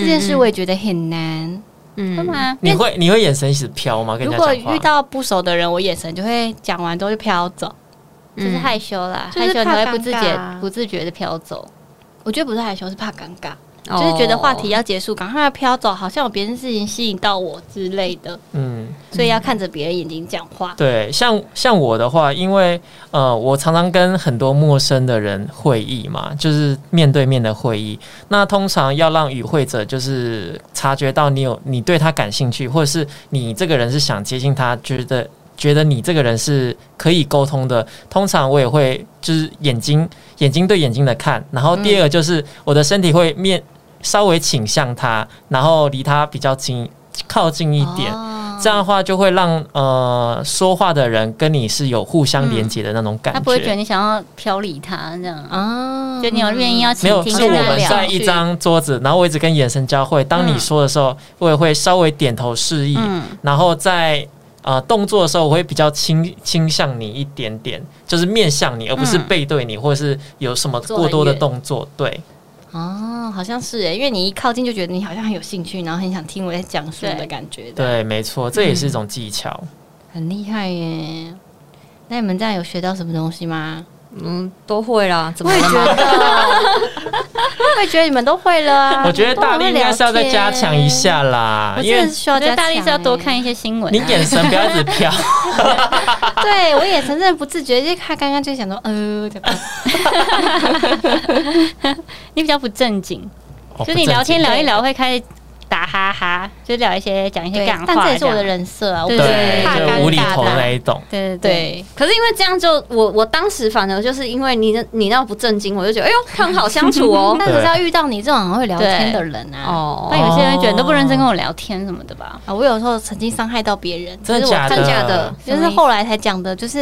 Speaker 2: 这件事我也觉得很难，
Speaker 3: 嗯
Speaker 2: 干嘛？
Speaker 1: 你
Speaker 2: 因为
Speaker 1: 会你会眼神一直飘吗？跟人
Speaker 2: 如
Speaker 1: 家
Speaker 2: 果
Speaker 1: 讲话
Speaker 2: 遇到不熟的人，我眼神就会讲完之后就飘走。
Speaker 4: 就是害羞啦，
Speaker 2: 嗯就是
Speaker 4: 害羞你
Speaker 2: 怕
Speaker 4: 会不自
Speaker 2: 尴尬
Speaker 4: 觉
Speaker 2: 啊
Speaker 4: 不自觉的飘走。
Speaker 2: 我觉得不是害羞，是怕尴尬，
Speaker 3: 哦
Speaker 2: 就是觉得话题要结束，赶快飘走，好像有别的事情吸引到我之类的，
Speaker 1: 嗯。
Speaker 2: 所以要看着别人眼睛讲话。
Speaker 1: 对，像像我的话，因为呃，我常常跟很多陌生的人会议嘛，就是面对面的会议。那通常要让与会者就是察觉到你有你对他感兴趣，或者是你这个人是想接近他，觉得觉得你这个人是可以沟通的。通常我也会就是眼睛眼睛对眼睛的看，然后第二个就是我的身体会面稍微倾向他，然后离他比较近靠近一点。
Speaker 4: 嗯
Speaker 2: 哦
Speaker 1: 这样的话就会让呃说话的人跟你是有互相连接的那种感觉。
Speaker 4: 他不会觉得你想要飘离他这样，
Speaker 2: 啊
Speaker 4: 就你有愿意要
Speaker 1: 嗯没
Speaker 4: 倾
Speaker 1: 有，
Speaker 4: 听
Speaker 1: 是
Speaker 4: 跟
Speaker 1: 我
Speaker 4: 他
Speaker 1: 们
Speaker 4: 聊嗯
Speaker 1: 在一张桌子，然后我一直跟眼神交汇。当你说的时候，我也会稍微点头示意，
Speaker 2: 嗯
Speaker 1: 然后在呃动作的时候，我会比较倾倾向你一点点，就是面向你，而不
Speaker 4: 嗯
Speaker 1: 是背对你，或者是有什么过多的动作。对，
Speaker 2: 哦，好像是哎，因为你一靠近就觉得你好像很有兴趣，然后很想听我在讲什么的
Speaker 4: 对
Speaker 2: 感觉的，
Speaker 1: 对，没错，这也是一种技巧。
Speaker 2: 很厉害耶。那你们这样有学到什么东西吗？
Speaker 3: 嗯都会啦，怎
Speaker 2: 我
Speaker 3: 么
Speaker 2: 也
Speaker 3: 了
Speaker 2: 觉
Speaker 3: 吗？
Speaker 2: 得，我也觉得你们都会了啊。
Speaker 4: 嗯
Speaker 1: 我觉得大力应该是要再加强一下啦，
Speaker 2: 我
Speaker 1: 因
Speaker 2: 真
Speaker 1: 为
Speaker 2: 的需要
Speaker 4: 我觉
Speaker 2: 加
Speaker 4: 得大力是要多
Speaker 2: 强
Speaker 4: 看一些新闻、啊
Speaker 1: 你眼神不要一直
Speaker 4: *laughs*
Speaker 1: 飘。
Speaker 2: 欸。对我也承认不自觉，就看刚刚就想说，呃，
Speaker 4: *laughs*
Speaker 2: 这样
Speaker 4: 你比较不正经，
Speaker 1: 哦
Speaker 4: 就是你聊天
Speaker 1: 不正经
Speaker 4: 聊一聊会开始打哈哈，就聊一些讲一些
Speaker 2: 对
Speaker 4: 干话。
Speaker 2: 但这也是我的，人设啊，我
Speaker 4: 对
Speaker 2: 不是
Speaker 1: 对，
Speaker 2: 怕
Speaker 1: 就
Speaker 2: 尴
Speaker 1: 无厘
Speaker 2: 尬
Speaker 1: 头
Speaker 2: 的
Speaker 1: 那
Speaker 2: 啊。
Speaker 1: 一种。
Speaker 4: 对对对，
Speaker 2: 对，
Speaker 3: 可是因为这样就我我当时反而就是因为你那你那不正经，我就觉得哎呦他很好相
Speaker 2: *laughs*
Speaker 3: 处哦。
Speaker 2: 但是要遇到你这种很会聊天的人啊。
Speaker 3: 哦
Speaker 4: 那有些人觉得都不认真
Speaker 2: 哦
Speaker 4: 跟我聊天什么的吧？
Speaker 2: 啊，我有时候曾经伤害到别人，
Speaker 1: 真的
Speaker 2: 就是我
Speaker 1: 假的？
Speaker 3: 真假的
Speaker 2: 就是后来才讲的，就是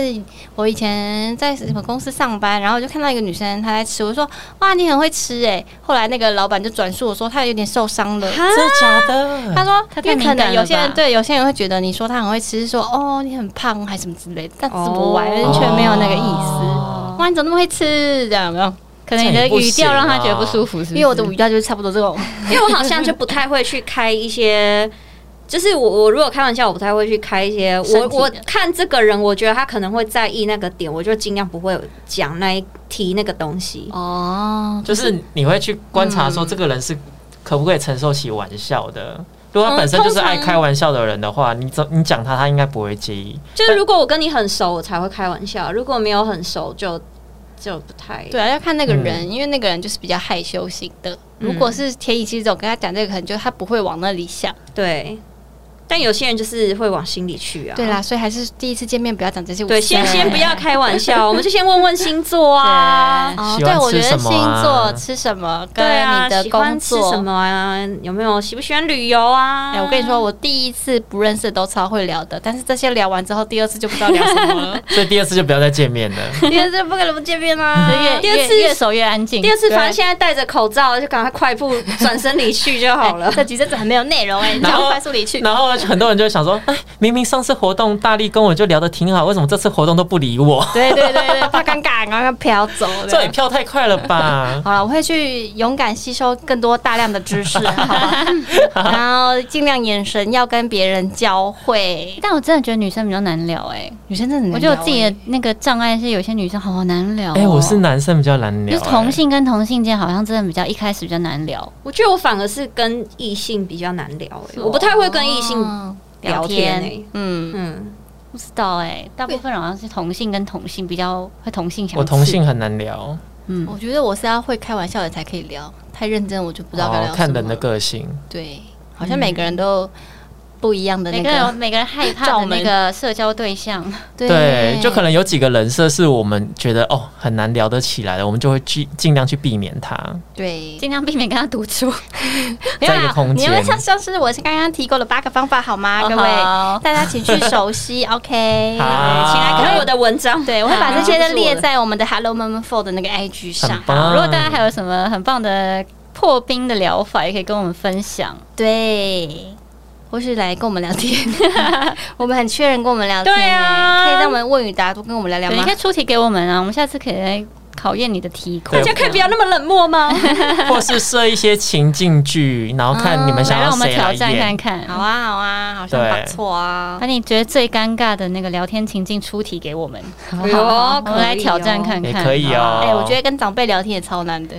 Speaker 2: 我以前在什么公司上班，然后我就看到一个女生她在吃，我说哇你很会吃哎、后来那个老板就转述我说她有点受伤了。
Speaker 1: 真的假的？
Speaker 2: 啊他说
Speaker 4: 她，
Speaker 2: 因
Speaker 4: 太
Speaker 2: 为
Speaker 4: 敏
Speaker 2: 可能
Speaker 4: 感了
Speaker 2: 有些人
Speaker 4: 吧
Speaker 2: 对有些人会觉得你说她很会吃，是说哦你很胖还是什么之类的，但只不完
Speaker 3: 哦
Speaker 2: 完全没有那个意思。
Speaker 1: 哦
Speaker 2: 哇你怎么那么会吃？这样有没有？
Speaker 4: 可能你的语调让
Speaker 1: 啊
Speaker 4: 他觉得不舒服，是不是？
Speaker 2: 因为我的语调就是差不多这
Speaker 4: 嗯
Speaker 2: 种， *laughs*
Speaker 3: 因为我好像就不太会去开一些，就是我我如果开玩笑，我不太会去开一些。我
Speaker 2: 身体的
Speaker 3: 我看这个人，我觉得他可能会在意那个点，我就尽量不会讲那一提那个东西。
Speaker 2: 哦，
Speaker 1: 就是你会去观察
Speaker 2: 嗯
Speaker 1: 说这个人是可不可以承受起玩笑的。如果他本身
Speaker 2: 嗯
Speaker 1: 就是爱开玩笑的人的话，你怎你讲他，他应该不会介意。
Speaker 3: 就是如果我跟你很熟，我才会开玩笑；如果没有很熟就，就不太
Speaker 2: 对啊，要看那个
Speaker 4: 嗯
Speaker 2: 人，因为那个人就是比较害羞型的。如果是田以其这种，跟他讲这个，可能就他不会往那里想。
Speaker 3: 对但有些人就是会往心里去啊。
Speaker 2: 对啦，所以还是第一次见面不要讲这些五四
Speaker 3: 对，
Speaker 2: 三。
Speaker 3: 先先不要开
Speaker 2: *laughs*
Speaker 3: 玩笑，我们就先问问星座啊。
Speaker 2: 哦，
Speaker 1: 喜欢
Speaker 2: 对，我觉
Speaker 1: 吃什
Speaker 2: 得星
Speaker 1: 么啊
Speaker 2: 座吃什么跟
Speaker 3: 对啊，
Speaker 2: 你的
Speaker 3: 喜欢
Speaker 2: 工
Speaker 3: 吃
Speaker 2: 作
Speaker 3: 什么啊？有没有喜不喜欢旅游啊？
Speaker 2: 哎、我跟你说，我第一次不认识的都超会聊的，但是这些聊完之后，第二次就不知道聊什么
Speaker 3: *laughs*
Speaker 2: 了，
Speaker 1: 所以第二次就不要再见
Speaker 2: *laughs*
Speaker 1: 面了。
Speaker 2: 第二次不可能不见面啦、
Speaker 4: 就越
Speaker 3: 第二
Speaker 4: 越
Speaker 3: 次
Speaker 4: 越熟越安静。
Speaker 3: 啊第二次，
Speaker 4: 对
Speaker 3: 反正现在戴着口罩，就赶快快步转身离去就好了
Speaker 2: 哎。这集真的很没有内容哎、你
Speaker 1: 然
Speaker 2: 叫
Speaker 1: 后
Speaker 2: 我快速离去。
Speaker 1: 然后很多人就会想说，哎，明明上次活动大力跟我就聊得挺好，为什么这次活动都不理我？
Speaker 2: 对对对对，怕尴尬，然后飘走。
Speaker 3: *laughs*
Speaker 1: *laughs* 这也跳太快了
Speaker 2: *laughs*
Speaker 1: 吧？
Speaker 2: 好了，我会去勇敢吸收更多大量的知
Speaker 3: *laughs*
Speaker 2: 识，好吧？然后尽量眼神要跟别人交汇。
Speaker 4: 但我真的觉得女生比较难聊哎、
Speaker 2: 女生真的很
Speaker 4: 我
Speaker 2: 难
Speaker 4: 觉
Speaker 2: 聊欸，
Speaker 4: 得我自己的那个障碍是有些女生好难聊、哦
Speaker 1: 哎，我是。男生比较难
Speaker 4: 就
Speaker 1: 聊，欸
Speaker 4: 是同性跟同性间好像真的比较一开始比较难聊，
Speaker 3: *laughs* 我觉得我反而是跟异性比较难聊、欸，
Speaker 2: 哦
Speaker 3: 我不太会跟异性聊天、欸。
Speaker 2: 嗯，
Speaker 3: 嗯，
Speaker 4: 不知道哎、大部分好像是同性跟同性比较会同性相
Speaker 1: 哎，我
Speaker 4: 斥
Speaker 1: 同性很难聊，
Speaker 4: 嗯，
Speaker 2: 我觉得我是要会开玩笑的才可以聊，太认真我就不知道该聊
Speaker 1: 哦
Speaker 2: 什么。
Speaker 1: 看人的个性。
Speaker 2: 对，好像每个人都不一样的那
Speaker 4: 每个人有
Speaker 2: 个，
Speaker 4: 每个人害怕的那个社交对象，啊
Speaker 1: 对，就可能有几个人设是我们觉得哦很难聊得起来的，我们就会去尽量去避免它。
Speaker 2: 对。
Speaker 4: 尽量避免跟他独处。
Speaker 2: 没
Speaker 1: *laughs*
Speaker 2: 有
Speaker 1: 在一个
Speaker 2: 啦
Speaker 4: *laughs*
Speaker 1: 空，
Speaker 2: 你
Speaker 1: 间
Speaker 2: 们像像是我是刚刚提过的八个方法，好吗？
Speaker 4: 好
Speaker 2: 各位，大家请去熟悉，OK？
Speaker 1: 好
Speaker 3: 请来看我的文章。
Speaker 2: 对，我会把这些
Speaker 3: 好
Speaker 2: 都列在我们的 Hello Mama Four 的那个 IG 上
Speaker 1: 很。棒。
Speaker 4: 啊如果大家还有什么很棒的破冰的疗法，也可以跟我们分享。
Speaker 2: 对，或是来跟我们聊天，我们很缺人跟我们聊天，
Speaker 3: 对啊
Speaker 2: 可以让我们问与答多跟我们聊聊
Speaker 4: 对，你
Speaker 2: 吗
Speaker 4: 可？以出题给我们啊，我们下次可以来考验你的题库
Speaker 1: 对
Speaker 3: 大。家可以不要那么冷漠 *laughs* 吗？
Speaker 1: 或是设一些情境剧，然后看你们想
Speaker 4: 嗯来，
Speaker 1: 要
Speaker 4: 让我们
Speaker 1: 谁来
Speaker 4: 挑战看
Speaker 1: 演。
Speaker 4: 看。
Speaker 2: 好，啊，好啊，好像不错啊
Speaker 4: 把。你觉得最尴尬的那个聊天情境出题给我们，好不
Speaker 3: 哎呦
Speaker 4: *laughs* 好？我
Speaker 3: 可以
Speaker 4: 们来挑战
Speaker 3: 哦
Speaker 4: 看
Speaker 1: 也
Speaker 4: 看。
Speaker 1: 可以哦。
Speaker 2: 哎、我觉得跟长辈聊天也超难的，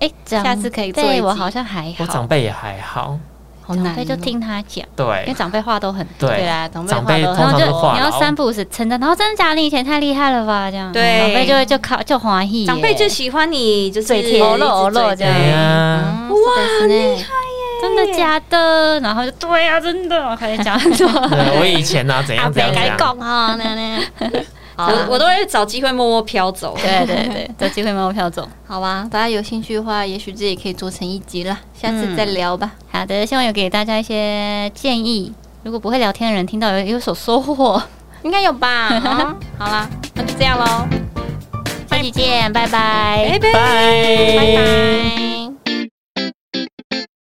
Speaker 4: 哎，长
Speaker 2: 下次可以做一
Speaker 4: 辈
Speaker 2: 集
Speaker 4: 我好像还好，
Speaker 1: 我长辈也还好，
Speaker 2: 好难、
Speaker 4: 长辈就。听他讲，因为
Speaker 1: 对
Speaker 4: 长辈话都很多。啊
Speaker 2: 对
Speaker 1: 对。
Speaker 2: 啦，长辈
Speaker 1: 长
Speaker 2: 话
Speaker 1: 辈
Speaker 2: 都
Speaker 1: 通
Speaker 4: 然
Speaker 1: 常
Speaker 4: 后
Speaker 1: 都
Speaker 4: 就
Speaker 1: 话
Speaker 4: 你要
Speaker 1: 痨
Speaker 4: 三不五时称赞，然后真的假的？你以前太厉害了吧？这样，
Speaker 3: 对
Speaker 4: 长辈就会就考就欢喜。
Speaker 3: 长辈就喜欢你，就是
Speaker 2: 嘴甜
Speaker 3: 哦喽哦喽这
Speaker 1: 哎
Speaker 3: 样。
Speaker 1: 呀，
Speaker 4: 嗯哇，厉害耶！真的假的？然后就对啊，真的，我开始讲很
Speaker 1: *laughs*
Speaker 4: 多。
Speaker 1: 对我以前啊怎
Speaker 2: 阿
Speaker 1: 样
Speaker 2: 伯
Speaker 1: 怎样怎
Speaker 2: 该
Speaker 1: 样，
Speaker 2: 讲哈，那
Speaker 3: *laughs*
Speaker 2: 那，好啊
Speaker 3: 我我都会找机会默默飘走。
Speaker 4: 对对对，找机会买我票走。
Speaker 2: 好吧，大家有兴趣的话，也许这也可以做成一集了，下次
Speaker 3: 嗯
Speaker 2: 再聊吧。
Speaker 4: 好的，希望有给大家一些建议。如果不会聊天的人听到有有所收获，
Speaker 2: 应该有吧？
Speaker 4: *laughs*
Speaker 2: 嗯好啦，那就这样喽。
Speaker 4: 下期见，拜拜。
Speaker 3: 哎拜拜。
Speaker 1: 拜
Speaker 2: 拜拜。